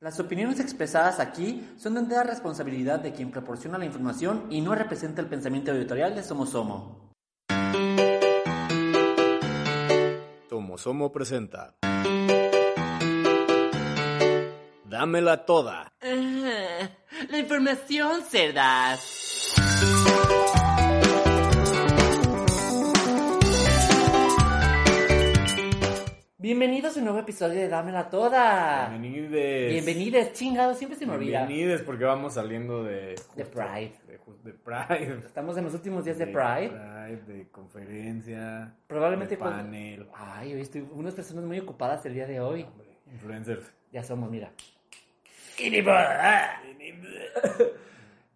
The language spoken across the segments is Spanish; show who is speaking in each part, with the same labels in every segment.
Speaker 1: Las opiniones expresadas aquí son de entera responsabilidad de quien proporciona la información y no representa el pensamiento editorial de Somos Somo.
Speaker 2: Tomosomo presenta. Dámela toda.
Speaker 1: La información, cerdas. Bienvenidos a un nuevo episodio de Dámela Toda.
Speaker 2: Bienvenides.
Speaker 1: Bienvenidos, chingados, siempre se me olvida.
Speaker 2: Bienvenides, porque vamos saliendo de.
Speaker 1: De Pride.
Speaker 2: De, ju- de Pride.
Speaker 1: Estamos en los últimos días de Pride.
Speaker 2: Pride, de conferencia.
Speaker 1: Probablemente
Speaker 2: de
Speaker 1: cuando-
Speaker 2: panel.
Speaker 1: Ay, hoy estoy unas personas muy ocupadas el día de hoy.
Speaker 2: Hombre, Influencers.
Speaker 1: Ya somos, mira.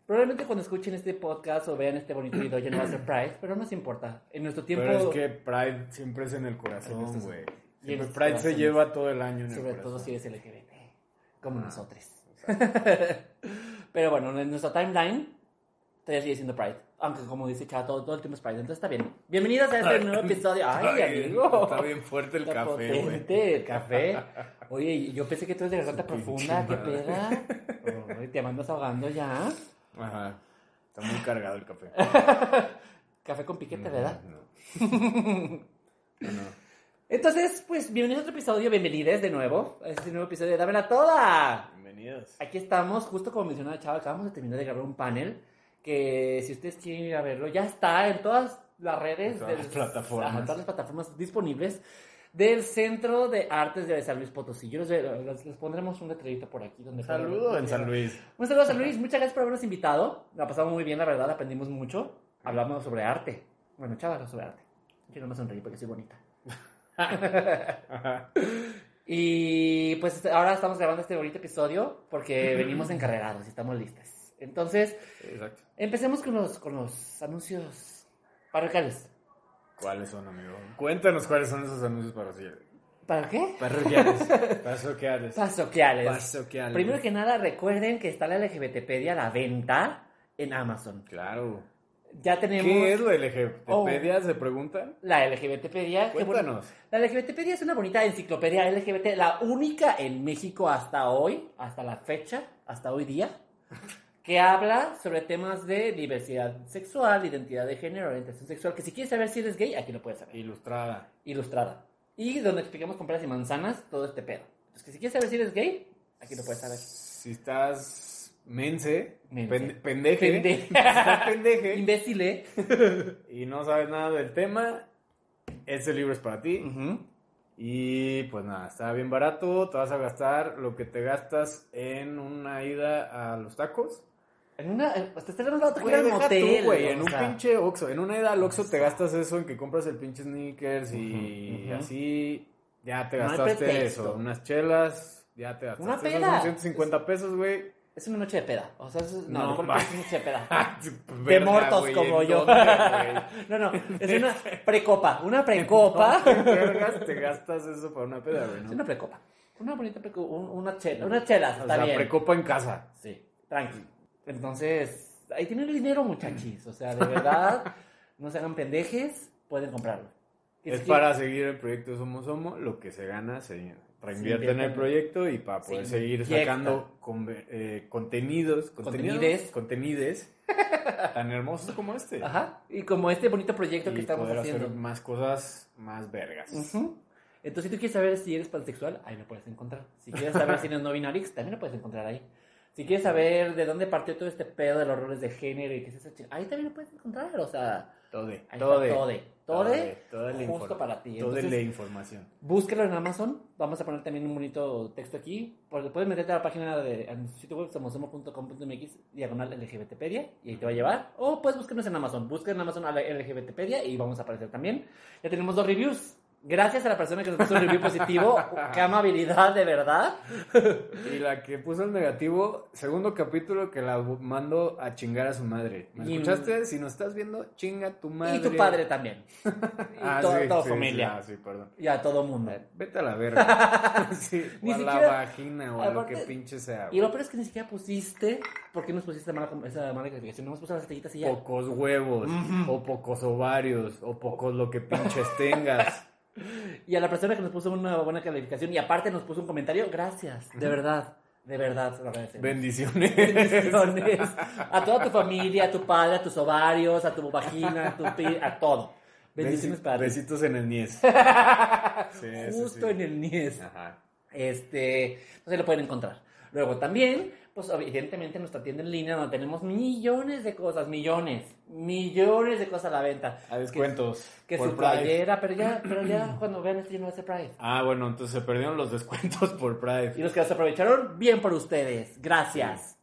Speaker 1: Probablemente cuando escuchen este podcast o vean este bonito video ya no va a ser Pride, pero no nos importa. En nuestro tiempo,
Speaker 2: Pero es que Pride siempre es en el corazón,
Speaker 1: En estos-
Speaker 2: güey.
Speaker 1: y en
Speaker 2: Siempre
Speaker 1: estos
Speaker 2: Pride se
Speaker 1: corazones.
Speaker 2: lleva todo el año en
Speaker 1: sobre
Speaker 2: el
Speaker 1: todo
Speaker 2: corazón.
Speaker 1: si eres LGBT, como
Speaker 2: Ah.
Speaker 1: nosotros. pero bueno, en nuestra timeline todavía sigue siendo Pride. Aunque como dice Chava, todo, todo el tiempo es Pride, entonces está bien. Bienvenidos a este nuevo episodio. Ay,
Speaker 2: Está bien-
Speaker 1: amigo.
Speaker 2: Está bien fuerte el
Speaker 1: Está
Speaker 2: café, güey.
Speaker 1: potente el café. Oye, y yo pensé que tú eres de garganta
Speaker 2: Su pinche
Speaker 1: profunda, qué
Speaker 2: madre.
Speaker 1: peda. Ay, te mandas ahogando ya.
Speaker 2: Ajá. Está muy cargado el café.
Speaker 1: Café con piquete, ¿verdad?
Speaker 2: No. No, no.
Speaker 1: Entonces, pues bienvenidos a otro episodio, bienvenides de nuevo a este nuevo episodio de Dámela Toda.
Speaker 2: Bienvenidos.
Speaker 1: Aquí estamos, justo como mencionaba Chava, acabamos de terminar de grabar un panel que si ustedes quieren ir a verlo, ya está en todas las redes,
Speaker 2: En todas las plataformas.
Speaker 1: ajá, todas las plataformas disponibles del Centro de Artes de San Luis Potosí. Yo les, les- les pondremos un letrerito por aquí donde
Speaker 2: Saludo en San Luis.
Speaker 1: Un saludo a San Luis, muchas gracias por habernos invitado. La pasamos muy bien, la verdad, aprendimos mucho. Hablamos sobre arte. Bueno, Chava habló sobre arte. Yo no me sonreí porque soy bonita.
Speaker 2: Ajá.
Speaker 1: Y pues ahora estamos grabando este bonito episodio porque venimos encarregados y estamos listas. Entonces,
Speaker 2: Exacto.
Speaker 1: empecemos con los, con los anuncios parroquiales.
Speaker 2: ¿Cuáles son, amigo? Cuéntanos cuáles son esos anuncios parroquiales.
Speaker 1: ¿Para qué?
Speaker 2: Parroquiales. Parroquiales.
Speaker 1: Pasoquiales.
Speaker 2: Parroquiales.
Speaker 1: Primero que nada, recuerden que está la LGBTpedia a la venta en Amazon.
Speaker 2: Claro.
Speaker 1: Ya tenemos Oh.
Speaker 2: ¿Qué es la LGBTpedia? ¿Se preguntan?
Speaker 1: la LGBTpedia. que bueno,
Speaker 2: Cuéntanos.
Speaker 1: La LGBTpedia es una bonita enciclopedia LGBT, la única en México hasta hoy, hasta la fecha, hasta hoy día, que habla sobre temas de diversidad sexual, identidad de género, orientación sexual, que si quieres saber si eres gay, aquí lo puedes saber,
Speaker 2: Ilustrada.
Speaker 1: ilustrada. Y donde explicamos con peras y manzanas todo este pedo. Entonces, que si quieres saber si eres gay, aquí lo puedes saber.
Speaker 2: Si estás mense,
Speaker 1: Mense.
Speaker 2: pen- pendeje,
Speaker 1: Pende-
Speaker 2: si estás pendeje
Speaker 1: Imbécil, ¿eh?
Speaker 2: y no sabes nada del tema, este libro es para ti.
Speaker 1: Ujú.
Speaker 2: Y pues nada, está bien barato, te vas a gastar lo que te gastas en una ida a los tacos.
Speaker 1: En una... Hasta estar en un rato que
Speaker 2: Güey,
Speaker 1: era el
Speaker 2: deja tú,
Speaker 1: motel.
Speaker 2: güey, en
Speaker 1: o
Speaker 2: un
Speaker 1: sea,
Speaker 2: pinche Oxxo, en una ida al Oxxo te
Speaker 1: Exacto.
Speaker 2: gastas eso en que compras el pinche sneakers y
Speaker 1: Ujú, ujú.
Speaker 2: así ya te
Speaker 1: No hay
Speaker 2: gastaste
Speaker 1: pretexto.
Speaker 2: eso, unas chelas, ya te gastaste
Speaker 1: Una
Speaker 2: esos
Speaker 1: peda.
Speaker 2: 150 pesos, güey.
Speaker 1: Es una noche de peda. O sea, es-
Speaker 2: No,
Speaker 1: no, no,
Speaker 2: ma-
Speaker 1: es una noche de peda.
Speaker 2: Ah, De
Speaker 1: mortos como yo. No, no, es una precopa, una precopa.
Speaker 2: Te gastas eso para una peda, güey,
Speaker 1: Es
Speaker 2: ¿no?
Speaker 1: una precopa. Una bonita precopa, una chela, una chela,
Speaker 2: O
Speaker 1: está
Speaker 2: sea,
Speaker 1: bien.
Speaker 2: precopa en casa.
Speaker 1: Sí, tranqui. Entonces, ahí tienen el dinero, muchachis. O sea, de verdad, no se hagan pendejes, pueden comprarlo. Y
Speaker 2: Es
Speaker 1: si
Speaker 2: para seguir el proyecto de Somos Somo, lo que se gana se reinvierte en el
Speaker 1: invierte.
Speaker 2: proyecto y para poder
Speaker 1: Se
Speaker 2: seguir
Speaker 1: inyecta.
Speaker 2: sacando conve- eh, contenidos, contenidos,
Speaker 1: Contenides.
Speaker 2: contenides tan hermosos como este.
Speaker 1: quieren- Ajá. Y como este bonito proyecto que
Speaker 2: Y
Speaker 1: estamos
Speaker 2: poder
Speaker 1: haciendo.
Speaker 2: hacer más cosas más vergas.
Speaker 1: Ujú. Entonces, si tú quieres saber si eres pansexual, ahí lo puedes encontrar. Si quieres saber si eres no binarix, también lo puedes encontrar ahí. Si quieres saber de dónde partió todo este pedo de los roles de género y qué es esa chi- ahí también lo puedes encontrar. O sea,
Speaker 2: Tode,
Speaker 1: ahí
Speaker 2: tode,
Speaker 1: está Tode. Tode,
Speaker 2: toda la
Speaker 1: justo
Speaker 2: infor-
Speaker 1: para ti.
Speaker 2: Tode
Speaker 1: Entonces,
Speaker 2: la información.
Speaker 1: búscalo en Amazon. Vamos a poner también un bonito texto aquí. Porque puedes meterte a la página de a nuestro sitio web, somosomo.com.mx, diagonal LGBTpedia, y ahí te va a llevar. O puedes buscarnos en Amazon. Busca en Amazon a la LGBTpedia y vamos a aparecer también. Ya tenemos dos reviews. Gracias a la persona que nos puso un review positivo. ¡Qué amabilidad, de verdad!
Speaker 2: Y la que puso el negativo, segundo capítulo que la bu- mando a chingar a su madre. ¿Me
Speaker 1: Y-
Speaker 2: escuchaste? Si nos estás viendo, chinga tu madre.
Speaker 1: Y tu padre también. Y
Speaker 2: Ah,
Speaker 1: toda,
Speaker 2: sí,
Speaker 1: toda
Speaker 2: sí,
Speaker 1: familia.
Speaker 2: ah, sí, perdón.
Speaker 1: Y a todo mundo.
Speaker 2: Vete a la verga. Sí,
Speaker 1: Ni
Speaker 2: o a la
Speaker 1: siquiera-
Speaker 2: vagina o a lo
Speaker 1: aparte-
Speaker 2: que pinche sea.
Speaker 1: Y
Speaker 2: güey.
Speaker 1: lo peor es que ni siquiera pusiste... ¿Por qué nos pusiste mala, esa mala calificación? No nos pusiste las estrellitas y ya.
Speaker 2: Pocos huevos,
Speaker 1: Ujú.
Speaker 2: o pocos ovarios, o pocos lo que pinches tengas.
Speaker 1: Y a la persona que nos puso una buena calificación y aparte nos puso un comentario, gracias, de verdad. De verdad, se lo agradecemos.
Speaker 2: Bendiciones.
Speaker 1: Bendiciones. A toda tu familia, a tu padre, a tus ovarios, a tu vagina, a tu pi- a todo. Bendiciones
Speaker 2: Besi-
Speaker 1: para ti.
Speaker 2: Besitos en el niés. Sí, sí,
Speaker 1: Justo
Speaker 2: sí.
Speaker 1: en el NIES.
Speaker 2: Ajá.
Speaker 1: Este, entonces lo pueden encontrar. Luego también, pues evidentemente nuestra tienda en línea donde tenemos millones de cosas, millones, millones de cosas a la venta.
Speaker 2: A descuentos.
Speaker 1: Que
Speaker 2: por
Speaker 1: su
Speaker 2: Pride.
Speaker 1: playera, pero ya, pero ya cuando vean esto ya no va a ser Pride.
Speaker 2: Ah, bueno, entonces se perdieron los descuentos por
Speaker 1: Y
Speaker 2: Pride.
Speaker 1: los que los aprovecharon, bien por ustedes, gracias.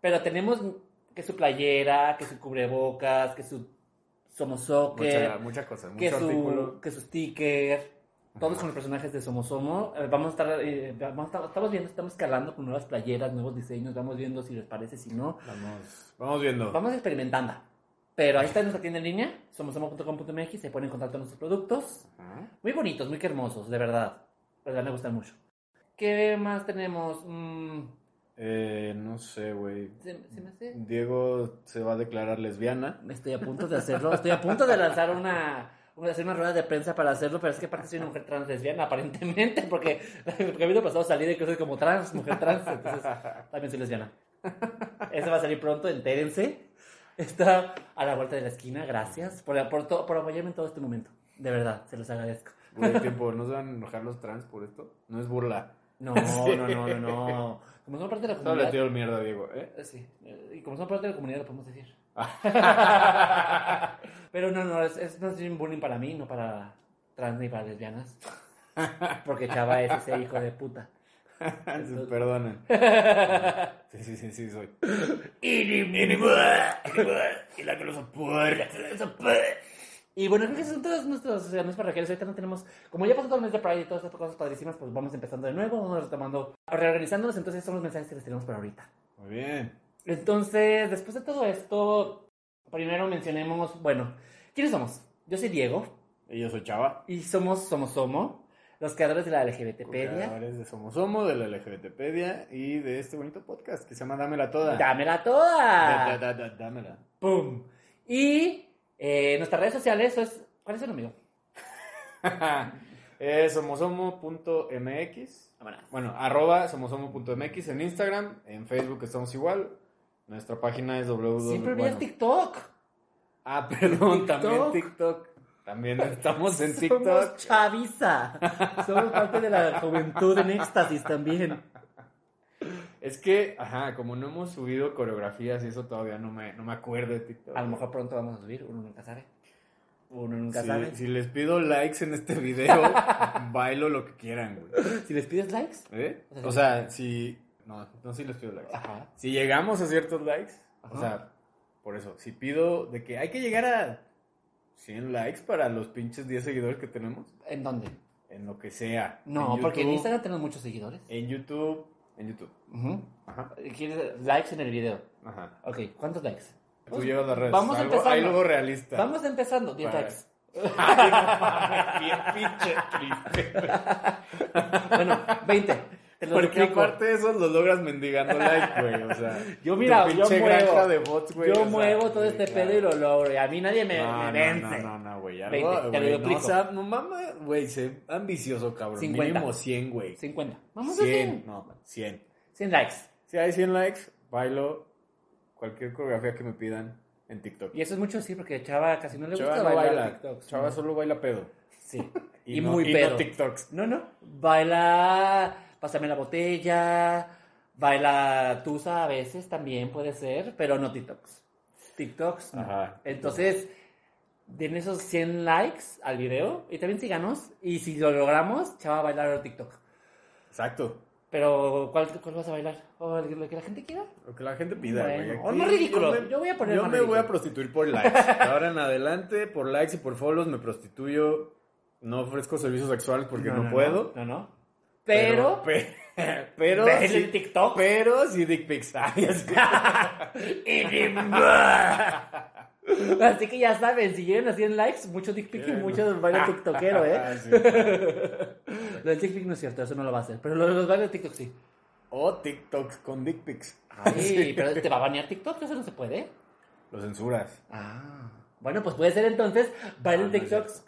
Speaker 1: Pero tenemos que su playera, que su cubrebocas, que su Somos Soccer,
Speaker 2: Mucha, mucha cosa, mucho
Speaker 1: que su,
Speaker 2: artículo.
Speaker 1: que su sticker, todos
Speaker 2: Ajá.
Speaker 1: con los personajes de Somo Somo. Eh, Vamos a estar, eh, vamos a estar- estamos viendo, estamos escalando con nuevas playeras, nuevos diseños, vamos viendo si les parece, si no.
Speaker 2: Vamos, vamos viendo.
Speaker 1: Vamos experimentando. Pero ahí está nuestra tienda en línea, somosomo.com.mx, se ponen en contacto con nuestros productos.
Speaker 2: Ajá.
Speaker 1: Muy bonitos, muy hermosos, de verdad. De verdad me gustan mucho. ¿Qué más tenemos? Mm,
Speaker 2: Eh, no sé, güey.
Speaker 1: se- se me hace-
Speaker 2: Diego se va a declarar lesbiana.
Speaker 1: Me Estoy a punto de hacerlo. Estoy a punto de lanzar una. una- hacer una rueda de prensa para hacerlo, pero es que aparte soy una mujer trans lesbiana, aparentemente, porque el capítulo pasado salí de que soy como trans, mujer trans, entonces también soy lesbiana. Eso va a salir pronto, entérense. Está a la vuelta de la esquina, gracias por, por, to- por apoyarme en todo este momento. De verdad, se los agradezco.
Speaker 2: Güey, tiempo, ¿no se van a enojar los trans por esto? No es burla.
Speaker 1: No, no, no, no, no. Como somos parte de la
Speaker 2: Solo le
Speaker 1: comunidad.
Speaker 2: tiro el mierda a Diego, ¿eh?
Speaker 1: eh, Sí, eh, y como somos parte de la comunidad, lo podemos decir. Pero no, no, es, es más bien bullying para mí, no para trans ni para lesbianas. Porque Chava es ese hijo de puta.
Speaker 2: Sí, Perdonen. Sí, sí, sí, sí, soy.
Speaker 1: y la que lo soporta, que lo soporta. Y bueno, creo que esos son todos nuestros eh, nuestras requeridos. Ahorita no tenemos, como ya pasó todo el mes de Pride y todas estas cosas padrísimas, pues vamos empezando de nuevo, vamos retomando, reorganizándonos. Entonces, son los mensajes que les tenemos por ahorita.
Speaker 2: Muy bien.
Speaker 1: Entonces, después de todo esto, primero mencionemos, bueno, ¿quiénes somos? Yo soy Diego
Speaker 2: Y yo soy Chava.
Speaker 1: y somos Somos Somo, los creadores de la LGBTpedia.
Speaker 2: Creadores de Somos Somo, de la LGBTpedia y de este bonito podcast que se llama Dámela Toda.
Speaker 1: ¡Dámela
Speaker 2: Da-
Speaker 1: toda!
Speaker 2: da- da- dámela.
Speaker 1: ¡Pum! Y eh, nuestras redes sociales, eso es, ¿cuál es el amigo?
Speaker 2: eh, somosomo.mx.
Speaker 1: Vámonos.
Speaker 2: Bueno, arroba somosomo.mx en Instagram. En Facebook estamos igual. Nuestra página es www.
Speaker 1: Siempre vi
Speaker 2: bueno.
Speaker 1: el TikTok.
Speaker 2: Ah, perdón,
Speaker 1: TikTok.
Speaker 2: también TikTok. También estamos en
Speaker 1: Somos
Speaker 2: TikTok.
Speaker 1: chaviza. Somos parte de la juventud en éxtasis también.
Speaker 2: Es que, ajá, como no hemos subido coreografías y eso todavía no me, no me acuerdo de TikTok.
Speaker 1: A lo mejor pronto vamos a subir, uno nunca sabe. Uno nunca
Speaker 2: Si-
Speaker 1: sabe.
Speaker 2: si les pido likes en este video, bailo lo que quieran, güey.
Speaker 1: Si les pides likes.
Speaker 2: ¿Eh? O sea, si. No, no si les pido likes.
Speaker 1: Ajá.
Speaker 2: Si llegamos a ciertos likes,
Speaker 1: Ajá.
Speaker 2: o sea, por eso, si pido de que hay que llegar a 100 likes para los pinches 10 seguidores que tenemos,
Speaker 1: ¿En dónde?
Speaker 2: en lo que sea.
Speaker 1: No, porque en
Speaker 2: YouTube,
Speaker 1: Instagram tenemos muchos seguidores.
Speaker 2: En YouTube, en YouTube.
Speaker 1: Ujú.
Speaker 2: Ajá.
Speaker 1: ¿Quieres likes en el video?
Speaker 2: Ajá.
Speaker 1: Ok, ¿cuántos likes?
Speaker 2: Tú llevas las redes.
Speaker 1: vamos
Speaker 2: algo,
Speaker 1: empezando.
Speaker 2: Hay algo realista.
Speaker 1: Vamos empezando, 10
Speaker 2: Para-
Speaker 1: likes.
Speaker 2: Ay, no mames, bien pinche triste.
Speaker 1: Bueno, 20. Te los
Speaker 2: Porque
Speaker 1: recalco.
Speaker 2: aparte de eso los logras mendigando like, güey. O sea,
Speaker 1: Yo, Pues mira,
Speaker 2: tu
Speaker 1: yo
Speaker 2: pinche
Speaker 1: muevo.
Speaker 2: granja de bots, güey.
Speaker 1: Yo
Speaker 2: o sea,
Speaker 1: muevo todo
Speaker 2: sí,
Speaker 1: este
Speaker 2: claro.
Speaker 1: pedo y lo logro. Y a mí nadie me, me vence.
Speaker 2: No, no, no, güey. ya
Speaker 1: Veinte,
Speaker 2: lo-
Speaker 1: te lo
Speaker 2: güey, no,
Speaker 1: duplico.
Speaker 2: o sea, no mames, güey, se ambicioso, cabrón.
Speaker 1: 50.
Speaker 2: Mínimo 100, güey.
Speaker 1: 50. Vamos a
Speaker 2: 100,
Speaker 1: 100.
Speaker 2: no, 100.
Speaker 1: 100 likes.
Speaker 2: Si hay 100 likes, bailo cualquier coreografía que me pidan en TikTok.
Speaker 1: Y eso es mucho decir porque Chava casi no le
Speaker 2: Chava
Speaker 1: gusta
Speaker 2: no
Speaker 1: bailar
Speaker 2: baila,
Speaker 1: TikToks.
Speaker 2: Chava
Speaker 1: No.
Speaker 2: solo baila pedo.
Speaker 1: Sí.
Speaker 2: Y,
Speaker 1: Y
Speaker 2: no,
Speaker 1: muy
Speaker 2: y
Speaker 1: pedo.
Speaker 2: no TikToks.
Speaker 1: No, no. Baila, pásame la botella. Baila Tusa a veces también puede ser, pero no TikToks. TikToks no.
Speaker 2: Ajá.
Speaker 1: Entonces, den esos 100 likes al video y también síganos. Y si lo logramos, chava, bailar a TikTok.
Speaker 2: Exacto.
Speaker 1: Pero, ¿cuál, cuál vas a bailar? ¿O el- lo que la gente quiera?
Speaker 2: Lo que la gente pida,
Speaker 1: Bueno,
Speaker 2: güey.
Speaker 1: o no ridículo,
Speaker 2: Yo me,
Speaker 1: yo voy a poner
Speaker 2: yo
Speaker 1: más
Speaker 2: me voy
Speaker 1: ridículo.
Speaker 2: a prostituir por likes. De ahora en adelante, por likes y por follows me prostituyo. No ofrezco servicios sexuales porque no, puedo.
Speaker 1: No, no. Pero,
Speaker 2: Pe- Pero.
Speaker 1: pero,
Speaker 2: Pero. sí-
Speaker 1: el TikTok.
Speaker 2: pero sí dick pics. Ay, así.
Speaker 1: Así que ya saben, si llegan a 100 likes, mucho dick pic y
Speaker 2: Bien.
Speaker 1: mucho baile tiktokero, ¿eh?
Speaker 2: Ah, sí, claro.
Speaker 1: Lo del dick pic no es cierto, eso no lo va a hacer. Pero lo de los bailes de TikTok sí.
Speaker 2: O TikToks con dick pics.
Speaker 1: Sí, pero te va a banear TikTok, eso no se puede.
Speaker 2: Lo censuras.
Speaker 1: Ah. Bueno, pues puede ser entonces baile
Speaker 2: No, no es
Speaker 1: TikToks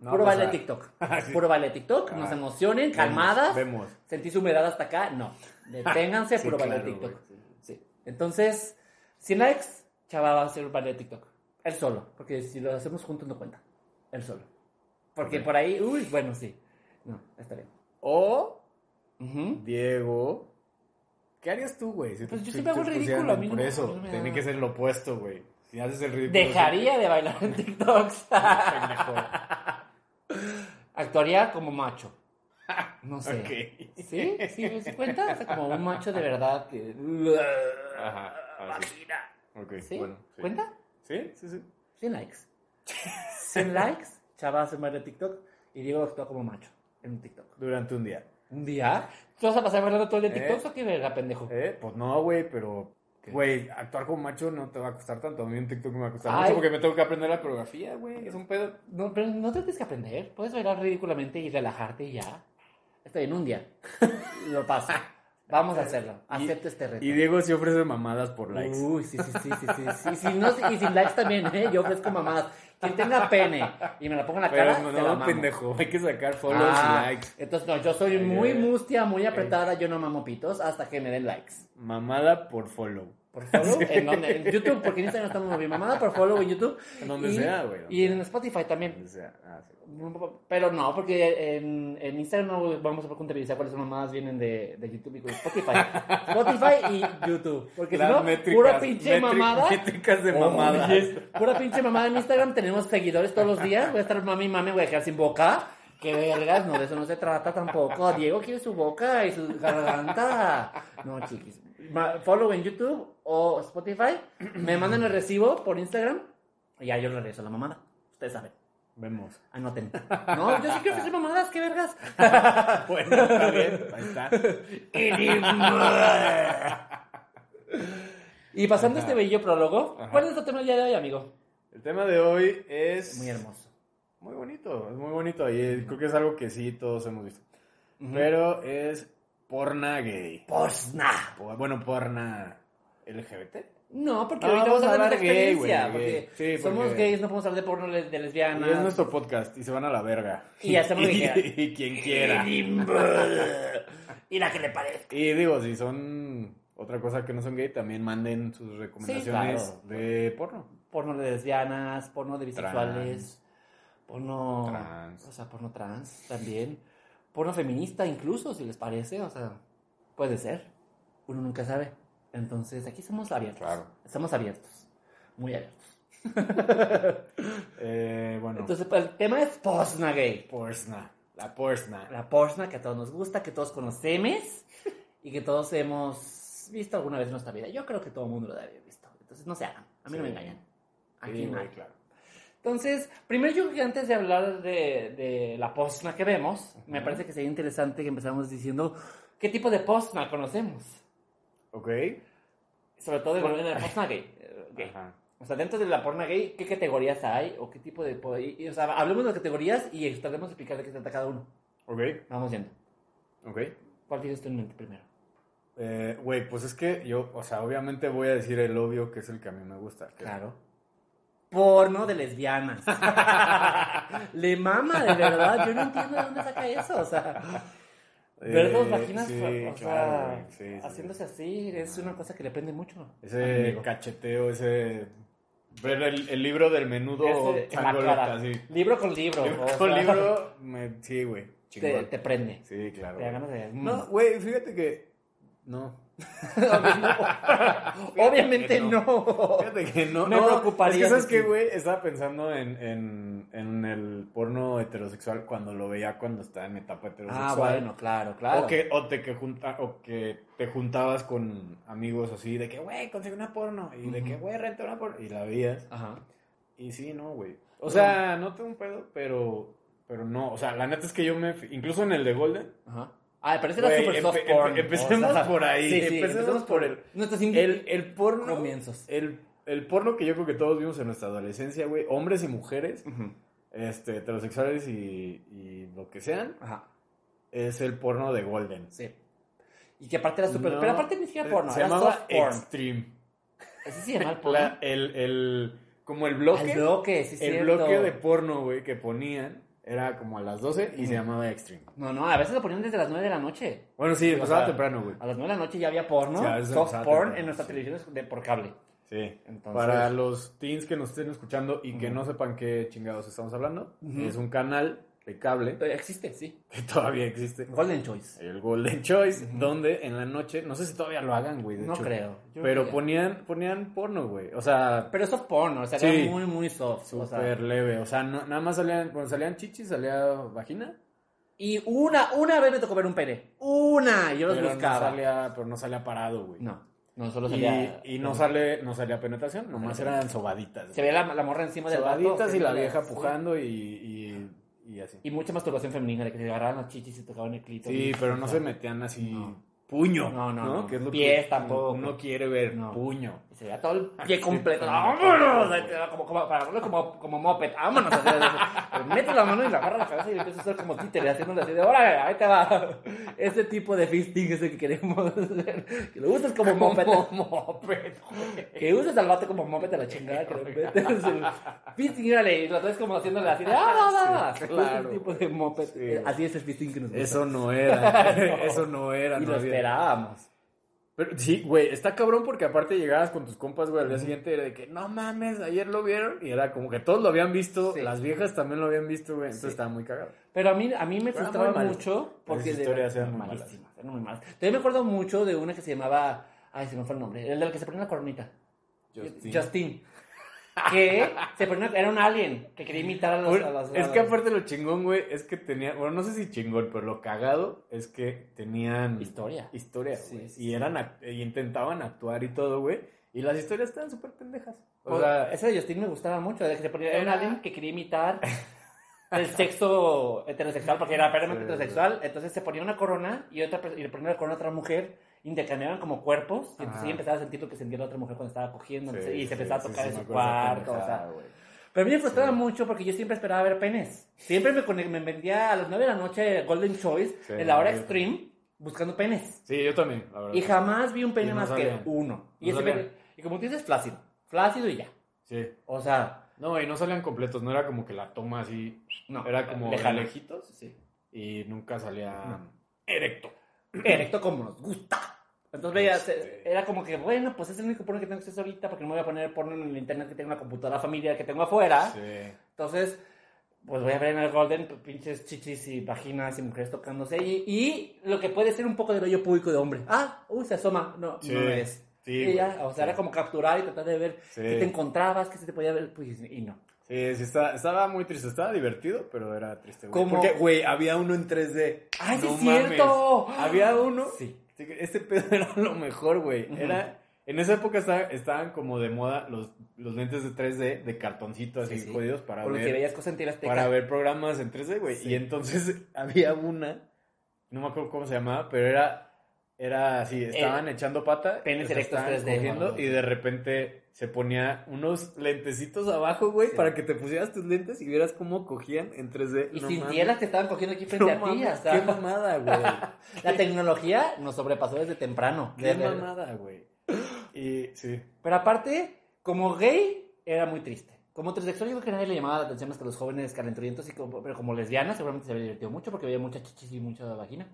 Speaker 2: No
Speaker 1: puro baile
Speaker 2: pasa
Speaker 1: de
Speaker 2: nada.
Speaker 1: TikTok.
Speaker 2: Sí.
Speaker 1: Puro baile de TikTok.
Speaker 2: Ah,
Speaker 1: Nos emocionen,
Speaker 2: Vemos,
Speaker 1: calmadas.
Speaker 2: Vemos.
Speaker 1: Sentí su humedad hasta acá. No. Deténganse,
Speaker 2: Sí,
Speaker 1: puro baile de
Speaker 2: claro,
Speaker 1: TikTok.
Speaker 2: güey.
Speaker 1: Sí. Entonces, sin likes, Chava va a hacer un baile de TikTok. Él solo. Porque si lo hacemos juntos no cuenta. Él solo. Porque
Speaker 2: Ok.
Speaker 1: por ahí, uy, bueno, sí. No, está bien.
Speaker 2: O
Speaker 1: Ujú.
Speaker 2: Diego. ¿Qué harías tú, güey? Si
Speaker 1: Pues
Speaker 2: te-
Speaker 1: yo
Speaker 2: si
Speaker 1: siempre
Speaker 2: te
Speaker 1: hago el ridículo,
Speaker 2: pusieran
Speaker 1: a mí no
Speaker 2: Por
Speaker 1: me-
Speaker 2: eso,
Speaker 1: no me da-
Speaker 2: tiene que ser lo opuesto, güey. Si haces el ridículo.
Speaker 1: Dejaría de bailar en TikToks.
Speaker 2: Pendejo.
Speaker 1: Actuaría como macho. No sé.
Speaker 2: Ok.
Speaker 1: ¿Sí? ¿Sí? ¿Sí cuenta? O sea, como un macho de verdad que...
Speaker 2: Ajá, ah, sí.
Speaker 1: Vagina.
Speaker 2: Ok,
Speaker 1: ¿Sí?
Speaker 2: bueno. sí.
Speaker 1: ¿Cuenta?
Speaker 2: Sí, sí, sí.
Speaker 1: 100 likes. 100 likes, Chava se muere de TikTok y Diego actúa como macho en un TikTok.
Speaker 2: Durante un día.
Speaker 1: ¿Un día? ¿Tú vas a pasar bailando todo el día en
Speaker 2: ¿Eh?
Speaker 1: TikTok o qué verga, pendejo?
Speaker 2: Eh, Pues no, güey, pero.
Speaker 1: ¿Qué?
Speaker 2: Güey, actuar como macho no te va a costar tanto. A mí un TikTok me va a costar
Speaker 1: Ay.
Speaker 2: mucho porque me tengo que aprender la coreografía, güey. Es un pedo.
Speaker 1: No, pero no te tienes que aprender. Puedes bailar ridículamente y relajarte y ya. Está bien, un día. Lo paso. Vamos a hacerlo.
Speaker 2: Y-
Speaker 1: Acepto este reto.
Speaker 2: Y Diego sí ofrece mamadas por likes.
Speaker 1: Uy, sí, sí, sí, sí, sí, sí. Y si no, y sin likes también, ¿eh? Yo ofrezco mamadas. Quien tenga pene y me la ponga en la cara,
Speaker 2: pero no,
Speaker 1: se la
Speaker 2: no,
Speaker 1: mamo.
Speaker 2: pendejo. Hay que sacar follows
Speaker 1: Ah,
Speaker 2: y likes.
Speaker 1: Entonces, no, yo soy
Speaker 2: Eh,
Speaker 1: muy mustia, muy apretada. Yo no mamo pitos hasta que me den likes.
Speaker 2: Mamada por follow.
Speaker 1: Por follow, en, donde, en YouTube, porque en Instagram estamos bien mamada, por follow en YouTube.
Speaker 2: En donde
Speaker 1: y,
Speaker 2: sea, güey. donde
Speaker 1: Y en
Speaker 2: sea.
Speaker 1: Spotify también.
Speaker 2: Donde sea. Ah, sí.
Speaker 1: Pero no, porque en, en Instagram no vamos a contabilizar cuáles son mamadas vienen de, de YouTube y de Spotify. Spotify y YouTube. Porque si
Speaker 2: Las
Speaker 1: no,
Speaker 2: métricas,
Speaker 1: pura pinche
Speaker 2: métri-
Speaker 1: mamada.
Speaker 2: Métricas de mamada.
Speaker 1: Oh, Oye, Pura pinche mamada en Instagram. Tenemos seguidores todos los días. Voy a estar mami, mami, voy a dejar sin boca. Qué vergas, no, de eso no se trata tampoco. Diego quiere su boca y su garganta. No, chiquis. Ma- Follow en YouTube o Spotify. Me mandan el recibo por Instagram. Y ya yo le regreso la mamada. Ustedes saben.
Speaker 2: Vemos.
Speaker 1: Anoten. No, yo sí quiero hacer mamadas, qué vergas.
Speaker 2: Ah, Bueno, está bien. Ahí está.
Speaker 1: Y pasando
Speaker 2: Ajá.
Speaker 1: este bello prólogo,
Speaker 2: Ajá.
Speaker 1: ¿cuál es tu tema del día de hoy, amigo?
Speaker 2: El tema de hoy es.
Speaker 1: Muy hermoso.
Speaker 2: Muy bonito. Es muy bonito. Y eh, creo que es algo que sí todos hemos visto.
Speaker 1: Ujú.
Speaker 2: Pero es porna gay.
Speaker 1: Posna.
Speaker 2: O, bueno, porna LGBT.
Speaker 1: No, porque
Speaker 2: No,
Speaker 1: ahorita vamos a hablar de
Speaker 2: gay,
Speaker 1: experiencia.
Speaker 2: güey,
Speaker 1: porque
Speaker 2: gay. Sí, porque-
Speaker 1: somos gays, no podemos hablar de porno le- de lesbianas.
Speaker 2: Y es nuestro podcast. Y se van a la verga.
Speaker 1: Y hacemos lo que
Speaker 2: y,
Speaker 1: quieran.
Speaker 2: y quien quiera.
Speaker 1: Y la que le parezca.
Speaker 2: Y digo, si son otra cosa que no son gay, también manden sus recomendaciones
Speaker 1: claro.
Speaker 2: de porno.
Speaker 1: Porno de lesbianas, porno de bisexuales,
Speaker 2: Trans.
Speaker 1: porno.
Speaker 2: Trans.
Speaker 1: O sea, porno trans también. Porno feminista, incluso, si les parece. O sea, puede ser. Uno nunca sabe. Entonces, aquí somos abiertos.
Speaker 2: Claro.
Speaker 1: Estamos abiertos. Muy abiertos.
Speaker 2: Eh, bueno,
Speaker 1: Entonces, pues, el tema es posna gay. pues,
Speaker 2: Porsna. La Porsna.
Speaker 1: la Porsche que a todos nos gusta, que todos conocemos y que todos hemos visto alguna vez en nuestra vida. Yo creo que todo el mundo lo debe haber visto. Entonces, no se hagan. A mí no me
Speaker 2: Sí.
Speaker 1: engañan.
Speaker 2: Sí,
Speaker 1: Aquí no.
Speaker 2: güey,
Speaker 1: hay.
Speaker 2: claro.
Speaker 1: Entonces, primero yo creo que antes de hablar de, de la posna que vemos, me
Speaker 2: Ajá.
Speaker 1: parece que sería interesante que empezáramos diciendo qué tipo de posna conocemos.
Speaker 2: Ok.
Speaker 1: Sobre todo en la posna gay. eh, gay.
Speaker 2: Ajá.
Speaker 1: O sea, dentro de la porna gay, ¿qué categorías hay? ¿O qué tipo de...? po- y- y, o sea, hablemos de las categorías y tratemos de explicar de qué trata cada uno.
Speaker 2: Ok.
Speaker 1: Vamos viendo.
Speaker 2: Ok.
Speaker 1: ¿Cuál tienes tú en mente primero?
Speaker 2: Eh, Güey, pues es que yo, o sea, obviamente voy a decir el obvio que es el que a mí me gusta. que-
Speaker 1: Claro. Porno de lesbianas. Le mama, de verdad. Yo no entiendo de dónde saca eso. O sea,
Speaker 2: Eh,
Speaker 1: ver dos vaginas o
Speaker 2: sí,
Speaker 1: sea,
Speaker 2: claro, güey, sí, sí,
Speaker 1: haciéndose así es una cosa que le prende mucho.
Speaker 2: Ese
Speaker 1: amigo.
Speaker 2: cacheteo, ese. Ver el, el libro del menudo
Speaker 1: Ese- en la
Speaker 2: changolota,
Speaker 1: cara.
Speaker 2: sí.
Speaker 1: Libro con libro.
Speaker 2: Libro
Speaker 1: o
Speaker 2: con
Speaker 1: sea,
Speaker 2: libro, me- sí, güey.
Speaker 1: Te,
Speaker 2: chingón.
Speaker 1: te prende.
Speaker 2: Sí, claro.
Speaker 1: Te da
Speaker 2: güey.
Speaker 1: ganas de-
Speaker 2: No, güey, fíjate que. No.
Speaker 1: Mm. Obviamente
Speaker 2: no.
Speaker 1: no.
Speaker 2: Fíjate que no.
Speaker 1: Me
Speaker 2: no,
Speaker 1: preocuparía
Speaker 2: Es que, ¿sabes
Speaker 1: que
Speaker 2: qué,
Speaker 1: sí.
Speaker 2: güey? Estaba pensando en, en, en el porno heterosexual cuando lo veía cuando estaba en mi etapa heterosexual.
Speaker 1: Ah, bueno, claro, claro.
Speaker 2: O que, o, te, que junta, o que te juntabas con amigos así de que, güey, conseguí una porno. Y de
Speaker 1: Ujú.
Speaker 2: que, güey, renta una porno. Y la veías.
Speaker 1: Ajá.
Speaker 2: Y sí, no, güey. O sea, no tengo un pedo, pero, pero no. O sea, la neta es que yo me... fi- Incluso en el de Golden.
Speaker 1: Ajá. Ah, pero ese era
Speaker 2: Güey,
Speaker 1: super soft
Speaker 2: empe-
Speaker 1: porn.
Speaker 2: empe- empecemos
Speaker 1: O sea,
Speaker 2: por ahí,
Speaker 1: sí, sí,
Speaker 2: empecemos por el-
Speaker 1: Nuestros
Speaker 2: El, el porno...
Speaker 1: comienzos.
Speaker 2: El, el porno que yo creo que todos vimos en nuestra adolescencia, güey. Hombres y mujeres,
Speaker 1: Ujú.
Speaker 2: este, heterosexuales y, y lo que sean,
Speaker 1: Ajá,
Speaker 2: es el porno de Golden.
Speaker 1: sí. Y que aparte era super...
Speaker 2: No, eh,
Speaker 1: pero aparte ni siquiera porno,
Speaker 2: Se
Speaker 1: era
Speaker 2: llamaba
Speaker 1: soft porn.
Speaker 2: Extreme.
Speaker 1: Así se llama el porno.
Speaker 2: La- el, el, como el
Speaker 1: El
Speaker 2: bloque,
Speaker 1: bloque, sí,
Speaker 2: el
Speaker 1: cierto.
Speaker 2: bloque de porno, güey, que ponían era como a las 12 y se llamaba Extreme.
Speaker 1: No, no, a veces lo ponían desde las 9 de la noche.
Speaker 2: Bueno, sí,
Speaker 1: o
Speaker 2: empezaba
Speaker 1: sea,
Speaker 2: temprano, güey.
Speaker 1: A las 9 de la noche ya había porno,
Speaker 2: Sí, a veces
Speaker 1: soft
Speaker 2: empezaba
Speaker 1: porn
Speaker 2: temprano,
Speaker 1: en nuestras
Speaker 2: sí.
Speaker 1: televisiones de por cable.
Speaker 2: Sí.
Speaker 1: Entonces,
Speaker 2: Para los teens que nos estén escuchando y que
Speaker 1: Ujú.
Speaker 2: no sepan qué chingados estamos hablando,
Speaker 1: Ujú.
Speaker 2: es un canal de cable
Speaker 1: eh, existe, sí.
Speaker 2: que todavía existe.
Speaker 1: Golden Choice.
Speaker 2: El Golden Choice,
Speaker 1: Ujú.
Speaker 2: donde en la noche, no sé si todavía lo hagan, güey, de
Speaker 1: No
Speaker 2: hecho.
Speaker 1: creo. Yo creo
Speaker 2: Pero
Speaker 1: que-
Speaker 2: ponían, ponían porno, güey. O sea,
Speaker 1: Pero soft porn, o sea,
Speaker 2: Sí.
Speaker 1: era muy, muy soft. o sea.
Speaker 2: súper leve. O sea, no- nada más salían, cuando salían chichis, salía vagina.
Speaker 1: Y una, una vez me tocó ver un pene. Una, y yo los
Speaker 2: pero
Speaker 1: buscaba.
Speaker 2: No salía, pero no salía parado, güey.
Speaker 1: No, no, solo salía.
Speaker 2: Y, y no sale, no salía penetración, nomás
Speaker 1: Salía-
Speaker 2: eran sobaditas.
Speaker 1: Se veía la, la morra encima del vato.
Speaker 2: sobaditas y la
Speaker 1: frente a
Speaker 2: vieja
Speaker 1: sí.
Speaker 2: pujando y, y- y así.
Speaker 1: Y mucha masturbación femenina, de que se agarraban las chichis y tocaban el clítoris.
Speaker 2: Sí, pero no
Speaker 1: O
Speaker 2: se
Speaker 1: sea,
Speaker 2: metían así
Speaker 1: No.
Speaker 2: puño.
Speaker 1: No, no, no.
Speaker 2: Que es lo
Speaker 1: Pies
Speaker 2: que
Speaker 1: tampoco.
Speaker 2: uno quiere ver,
Speaker 1: No.
Speaker 2: puño.
Speaker 1: y Se veía todo el pie
Speaker 2: Sí,
Speaker 1: completo.
Speaker 2: sí,
Speaker 1: ¡Vámonos!
Speaker 2: sí,
Speaker 1: Como, como, para verlo como, como moped. ¡Vámonos! Así, así. Pues mete la mano y la agarra la cabeza y empieza a hacer como títere, haciéndole así de ¡Órale! Ahí te va. Ese tipo de fisting es el que queremos hacer. Que lo uses como moped.
Speaker 2: moped, güey.
Speaker 1: Que uses al vato como moped a la chingada, que le metes el fisting, órale, y lo traes como haciéndole así de ¡Ah,
Speaker 2: Sí,
Speaker 1: va, va!
Speaker 2: claro.
Speaker 1: Ese tipo de moped.
Speaker 2: Sí.
Speaker 1: Eh, Así es el fisting que nos gusta.
Speaker 2: Eso no era, eso no era.
Speaker 1: y
Speaker 2: no
Speaker 1: lo
Speaker 2: había-
Speaker 1: esperábamos.
Speaker 2: Pero sí, güey, está cabrón porque aparte llegabas con tus compas, güey, al día siguiente era de que no mames, ayer lo vieron y era como que todos lo habían visto,
Speaker 1: Sí.
Speaker 2: las viejas también lo habían visto, güey, entonces
Speaker 1: Sí.
Speaker 2: estaba muy cagado.
Speaker 1: Pero a mí, a mí me
Speaker 2: Pero
Speaker 1: frustraba
Speaker 2: muy mal.
Speaker 1: mucho porque
Speaker 2: Esas
Speaker 1: de-
Speaker 2: historias eran muy
Speaker 1: malísimas, eran muy malas. También me acuerdo mucho de una que se llamaba, ay, se me fue el nombre, el del que se ponía la cornita. Que se ponía, era un alien que quería imitar a los...
Speaker 2: Bueno,
Speaker 1: a las-
Speaker 2: es
Speaker 1: a
Speaker 2: que
Speaker 1: las
Speaker 2: aparte lo chingón, güey, es que tenía, bueno, no sé si chingón, pero lo cagado es que tenían
Speaker 1: Historia.
Speaker 2: historia,
Speaker 1: Sí,
Speaker 2: güey,
Speaker 1: sí,
Speaker 2: y
Speaker 1: sí.
Speaker 2: eran, act- y intentaban actuar y todo, güey, y las historias estaban súper pendejas. O
Speaker 1: Pues,
Speaker 2: sea,
Speaker 1: esa de Justin me gustaba mucho, de que se ponía, era un
Speaker 2: Era-
Speaker 1: alien que quería imitar el sexo heterosexual, porque era
Speaker 2: Sí,
Speaker 1: plenamente heterosexual, entonces se ponía una corona y otra pers- y le ponía la corona a otra mujer, intercambiaban como cuerpos, y entonces
Speaker 2: Ajá.
Speaker 1: ella empezaba a sentir lo que sentía la otra mujer cuando estaba cogiendo,
Speaker 2: sí,
Speaker 1: entonces- y
Speaker 2: sí,
Speaker 1: se empezaba
Speaker 2: sí,
Speaker 1: a tocar
Speaker 2: sí,
Speaker 1: en
Speaker 2: me
Speaker 1: su
Speaker 2: acuerdo de esa
Speaker 1: cuarto, o
Speaker 2: pendejada,
Speaker 1: sea.
Speaker 2: güey.
Speaker 1: Pero a mí me frustraba
Speaker 2: Sí.
Speaker 1: mucho porque yo siempre esperaba ver penes. Siempre me, conect- me vendía a las 9 de la noche Golden Choice,
Speaker 2: Sí,
Speaker 1: en la hora
Speaker 2: yo-
Speaker 1: extreme, buscando penes.
Speaker 2: Sí, yo también, la verdad.
Speaker 1: Y jamás vi un pene
Speaker 2: Y no
Speaker 1: más
Speaker 2: salían.
Speaker 1: que uno. Y,
Speaker 2: No
Speaker 1: ese
Speaker 2: salían.
Speaker 1: pene- y como tú dices, flácido. Flácido y ya.
Speaker 2: Sí.
Speaker 1: O sea,
Speaker 2: No, y no salían completos, no era como que la toma así,
Speaker 1: no.
Speaker 2: era como de
Speaker 1: Lejano.
Speaker 2: lejitos
Speaker 1: Sí.
Speaker 2: y nunca salía
Speaker 1: No.
Speaker 2: erecto.
Speaker 1: Erecto como nos gusta. Entonces veías, eh,
Speaker 2: Este.
Speaker 1: era como que, bueno, pues es el único porno que tengo acceso ahorita porque no me voy a poner porno en el internet que tengo una computadora familiar que tengo afuera.
Speaker 2: Sí.
Speaker 1: Entonces, pues voy a ver en el Golden pues, pinches chichis y vaginas y mujeres tocándose. Y, y lo que puede ser un poco del hoyo público de hombre. Ah, uy, se asoma. No,
Speaker 2: Sí,
Speaker 1: no es.
Speaker 2: Sí,
Speaker 1: Y ya,
Speaker 2: güey,
Speaker 1: o sea, era
Speaker 2: sí.
Speaker 1: como capturar y tratar de ver
Speaker 2: Sí.
Speaker 1: qué te encontrabas, qué se te podía ver. Pues, y no.
Speaker 2: Sí, sí, está- estaba muy triste, estaba divertido, pero era triste, güey.
Speaker 1: ¿Cómo?
Speaker 2: Porque, güey, había uno en 3D.
Speaker 1: ¡Ay, sí
Speaker 2: No
Speaker 1: es cierto!
Speaker 2: mames. Había uno.
Speaker 1: Sí.
Speaker 2: Este pedo era lo mejor, güey.
Speaker 1: Ujú.
Speaker 2: Era. En esa época estaba- estaban como de moda los, los lentes de 3D, de cartoncito así
Speaker 1: Sí, sí.
Speaker 2: jodidos para
Speaker 1: Por lo
Speaker 2: ver.
Speaker 1: que veías cosas en tiras
Speaker 2: para ver programas en 3D, güey.
Speaker 1: Sí.
Speaker 2: Y entonces había una, no me acuerdo cómo se llamaba, pero era, era así, estaban echando pata,
Speaker 1: Eh, penes
Speaker 2: o sea,
Speaker 1: erectos
Speaker 2: estaban
Speaker 1: 3D,
Speaker 2: cogiendo,
Speaker 1: mamá.
Speaker 2: y de repente se ponía unos lentecitos abajo, güey,
Speaker 1: Sí.
Speaker 2: para que te pusieras tus lentes y vieras cómo cogían en 3D.
Speaker 1: Y
Speaker 2: No
Speaker 1: sintieras
Speaker 2: mames.
Speaker 1: que estaban cogiendo aquí
Speaker 2: No
Speaker 1: frente a ti.
Speaker 2: mames,
Speaker 1: o sea,
Speaker 2: Qué mamada, güey.
Speaker 1: la tecnología nos sobrepasó desde temprano.
Speaker 2: qué
Speaker 1: Desde-
Speaker 2: mamada, güey. Y sí.
Speaker 1: Pero aparte, como gay, era muy triste. Como transexual, yo creo que nadie le llamaba la atención más que los jóvenes calenturientos, y como, pero como lesbiana, seguramente se había divertido mucho porque había muchas chichis y mucha vagina.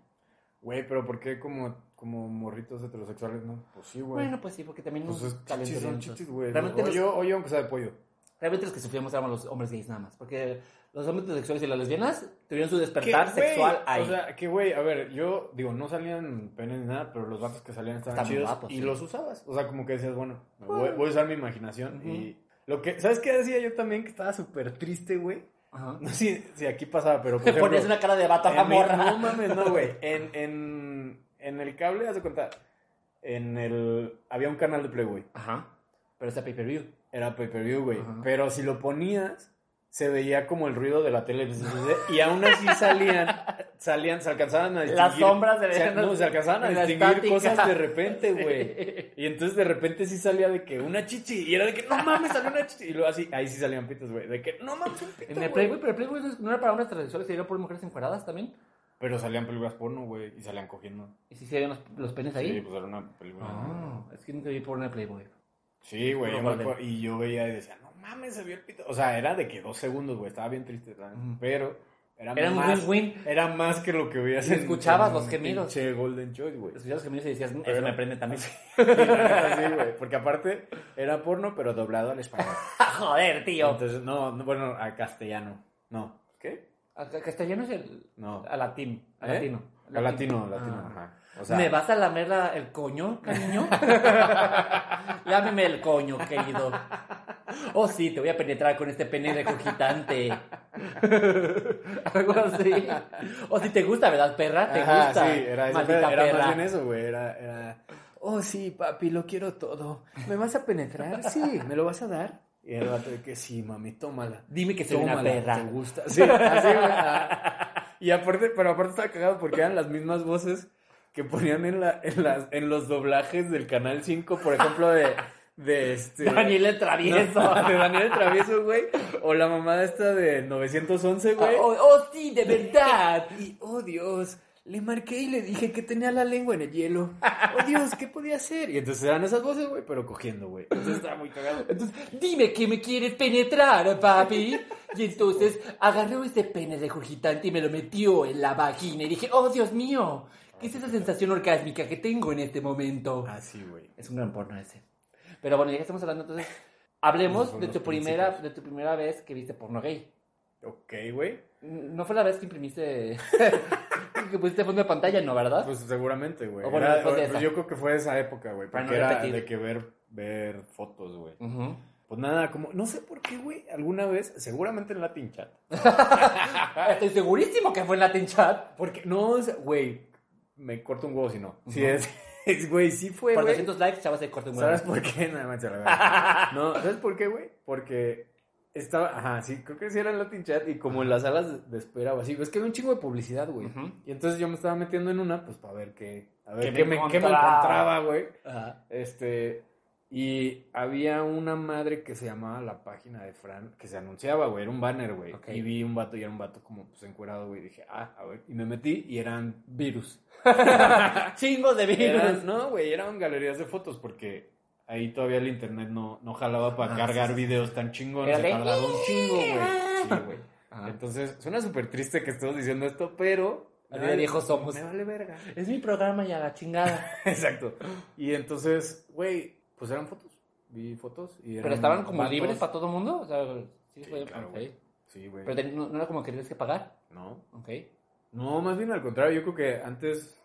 Speaker 2: Güey, pero ¿por qué como, como morritos heterosexuales no? Pues sí, güey.
Speaker 1: Bueno, pues sí, porque también
Speaker 2: pues
Speaker 1: los
Speaker 2: es chichis son
Speaker 1: calenturientos.
Speaker 2: chichis, güey.
Speaker 1: Realmente los-
Speaker 2: Oye, oye, aunque sea de pollo.
Speaker 1: Realmente los que sufríamos éramos los hombres gays nada más. Porque los hombres transexuales y las lesbianas tuvieron su
Speaker 2: Que,
Speaker 1: despertar
Speaker 2: güey,
Speaker 1: sexual ahí.
Speaker 2: O sea, que güey, a ver, yo digo, no salían penes ni nada, pero los vatos que salían estaban
Speaker 1: Estaban
Speaker 2: chidos
Speaker 1: guapos,
Speaker 2: y
Speaker 1: sí.
Speaker 2: los usabas. O sea, como que decías, bueno, me voy,
Speaker 1: Bueno.
Speaker 2: voy a usar mi imaginación
Speaker 1: Ujú.
Speaker 2: y lo que ¿sabes qué decía yo también que estaba súper triste, güey?
Speaker 1: Ajá.
Speaker 2: No sé si aquí pasaba, pero por
Speaker 1: Te ponías
Speaker 2: ejemplo,
Speaker 1: una cara de vato a la
Speaker 2: en mi-
Speaker 1: morra.
Speaker 2: no mames, no, güey. En, en, en el cable, haz de cuenta, en el había un canal de Playboy.
Speaker 1: Ajá. Pero está pay-per-view.
Speaker 2: Era pay-per-view, güey.
Speaker 1: Ajá.
Speaker 2: Pero si lo ponías, se veía como el ruido de la tele. y aún así salían, salían, se alcanzaban a distinguir.
Speaker 1: Las sombras de
Speaker 2: se, no, se alcanzaban a
Speaker 1: la
Speaker 2: distinguir
Speaker 1: estática.
Speaker 2: cosas de repente, güey. Y entonces de repente sí salía de que una chichi. Y era de que, no mames, salió una chichi. Y luego así, ahí sí salían pitos, güey. De que, no mames, un pito,
Speaker 1: En el
Speaker 2: güey".
Speaker 1: Playboy, pero el Playboy no es- no era para hombres transexuales, era por mujeres encuadradas también.
Speaker 2: Pero salían películas porno, güey. Y salían cogiendo.
Speaker 1: ¿Y si se veían los, los penes ahí?
Speaker 2: Sí, pues era una película.
Speaker 1: Ah, es que nunca vi porno de Playboy.
Speaker 2: Sí, güey.
Speaker 1: No,
Speaker 2: yo me
Speaker 1: vale.
Speaker 2: acuerdo- y yo veía y decía, no mames, se vio el pito. O sea, era de que dos segundos, güey. Estaba bien triste, ¿verdad?
Speaker 1: Ujú.
Speaker 2: Pero Era,
Speaker 1: Era un
Speaker 2: más,
Speaker 1: win-win.
Speaker 2: era más que lo que hubieras en-
Speaker 1: Escuchabas
Speaker 2: en
Speaker 1: los
Speaker 2: un
Speaker 1: gemidos.
Speaker 2: pinche Golden Choice, güey.
Speaker 1: Escuchabas que me dice y decías, eso
Speaker 2: Pero-
Speaker 1: me prende también.
Speaker 2: Así, güey. Porque aparte era porno, pero doblado al español.
Speaker 1: ¡Ah, joder, tío!
Speaker 2: Entonces, no, no, bueno, a castellano. No. ¿Qué?
Speaker 1: A- a- Castellano es el...
Speaker 2: No.
Speaker 1: A latín. A
Speaker 2: ¿Eh?
Speaker 1: Ah, latino.
Speaker 2: A latino, latino,
Speaker 1: Ah.
Speaker 2: ajá. O sea,
Speaker 1: ¿Me vas a lamer la- el coño, cariño? Lámeme el coño, querido. Oh, sí, te voy a penetrar con este pene recogitante. Algo así. O si Oh, te gusta, ¿verdad, perra? Te
Speaker 2: Ajá,
Speaker 1: gusta.
Speaker 2: sí, era, eso,
Speaker 1: maldita
Speaker 2: era, era
Speaker 1: perra.
Speaker 2: más bien eso, güey. Era, era, oh, sí, papi, lo quiero todo. ¿Me vas a penetrar? Sí, ¿me lo vas a dar? Y el vato de que sí, mami, tómala.
Speaker 1: Dime que soy
Speaker 2: Tómala,
Speaker 1: una perra.
Speaker 2: ¿te gusta? Sí, así, güey. ah. Y aparte, pero aparte estaba cagado porque eran las mismas voces que ponían en, la, en, las, en los doblajes del Canal 5, por ejemplo, de, de este...
Speaker 1: Daniel el
Speaker 2: No,
Speaker 1: travieso.
Speaker 2: de Daniel el Travieso, güey. O la mamada esta de 911, güey.
Speaker 1: Oh, oh, sí, de verdad.
Speaker 2: Y, oh Dios, le marqué y le dije que tenía la lengua en el hielo. Oh Dios, ¿qué podía hacer? Y entonces eran esas voces, güey, pero cogiendo, güey. Entonces estaba muy cagado.
Speaker 1: Entonces, dime que me quieres penetrar, papi. Y entonces agarró ese pene regurgitante y me lo metió en la vagina. Y dije, oh, Dios mío, ¿qué es esa sensación orgásmica que tengo en este momento?
Speaker 2: Ah, sí, güey.
Speaker 1: Es un gran porno ese. Pero bueno, ya que estamos hablando, entonces, hablemos
Speaker 2: Esos son
Speaker 1: de
Speaker 2: los
Speaker 1: tu, primera,
Speaker 2: principios.
Speaker 1: de tu primera vez que viste porno gay.
Speaker 2: Ok, güey.
Speaker 1: No fue la vez que imprimiste... que pusiste fondo de pantalla, ¿no, verdad?
Speaker 2: Pues seguramente, güey.
Speaker 1: O bueno,
Speaker 2: Era-
Speaker 1: después de
Speaker 2: pues,
Speaker 1: esa.
Speaker 2: yo creo que fue esa época, güey.
Speaker 1: Para
Speaker 2: Porque
Speaker 1: no
Speaker 2: era
Speaker 1: repetir.
Speaker 2: de que ver, ver fotos, güey.
Speaker 1: Ujú.
Speaker 2: Pues nada, como, no sé por qué, güey, alguna vez, seguramente en Latin Chat. ah.
Speaker 1: Estoy segurísimo que fue en Latin Chat.
Speaker 2: Porque, no, o sea, güey, me corto un huevo si no. Sí,
Speaker 1: Ujú.
Speaker 2: es, es, güey, sí fue,
Speaker 1: Por
Speaker 2: güey.
Speaker 1: 200 likes, chavas, se corta un huevo.
Speaker 2: ¿Sabes por qué? Nada más, la verdad. No, ¿sabes por qué, güey? Porque estaba, ajá, sí, creo que sí era en Latin Chat y como en las salas de espera o así, es que había un chingo de publicidad, güey.
Speaker 1: Ujú.
Speaker 2: Y entonces yo me estaba metiendo en una, pues, para ver qué, a ver
Speaker 1: ¿Qué
Speaker 2: qué,
Speaker 1: me
Speaker 2: me, qué me
Speaker 1: encontraba?
Speaker 2: encontraba, güey.
Speaker 1: Ajá.
Speaker 2: Este, y había una madre que se llamaba la página de Fran, que se anunciaba, güey, era un banner, güey.
Speaker 1: Ok.
Speaker 2: Y vi un vato y era un vato como, pues, encuerado, güey, y dije, ah, a ver, y me metí y eran virus.
Speaker 1: Chingos de virus.
Speaker 2: Eran- no, güey, eran galerías de fotos porque ahí todavía el internet no, no jalaba para
Speaker 1: Ah,
Speaker 2: cargar
Speaker 1: sí, sí,
Speaker 2: videos tan
Speaker 1: Era
Speaker 2: chingones. Se
Speaker 1: de- "Ah".
Speaker 2: tardaba un chingo, güey. Sí, güey.
Speaker 1: Ajá.
Speaker 2: Entonces, suena súper triste que estemos diciendo esto, pero.
Speaker 1: Así de viejos somos.
Speaker 2: Me vale verga.
Speaker 1: Es mi programa y a la chingada.
Speaker 2: Exacto. Y entonces, güey, pues eran fotos. Vi fotos y eran
Speaker 1: Pero estaban como
Speaker 2: vatos.
Speaker 1: libres para todo el mundo. O sea, sí,
Speaker 2: Sí,
Speaker 1: fue-
Speaker 2: claro,
Speaker 1: ok.
Speaker 2: güey. Sí, güey.
Speaker 1: Pero ten- no, no era como que tenías que pagar.
Speaker 2: No.
Speaker 1: Ok.
Speaker 2: No, más bien al contrario. Yo creo que antes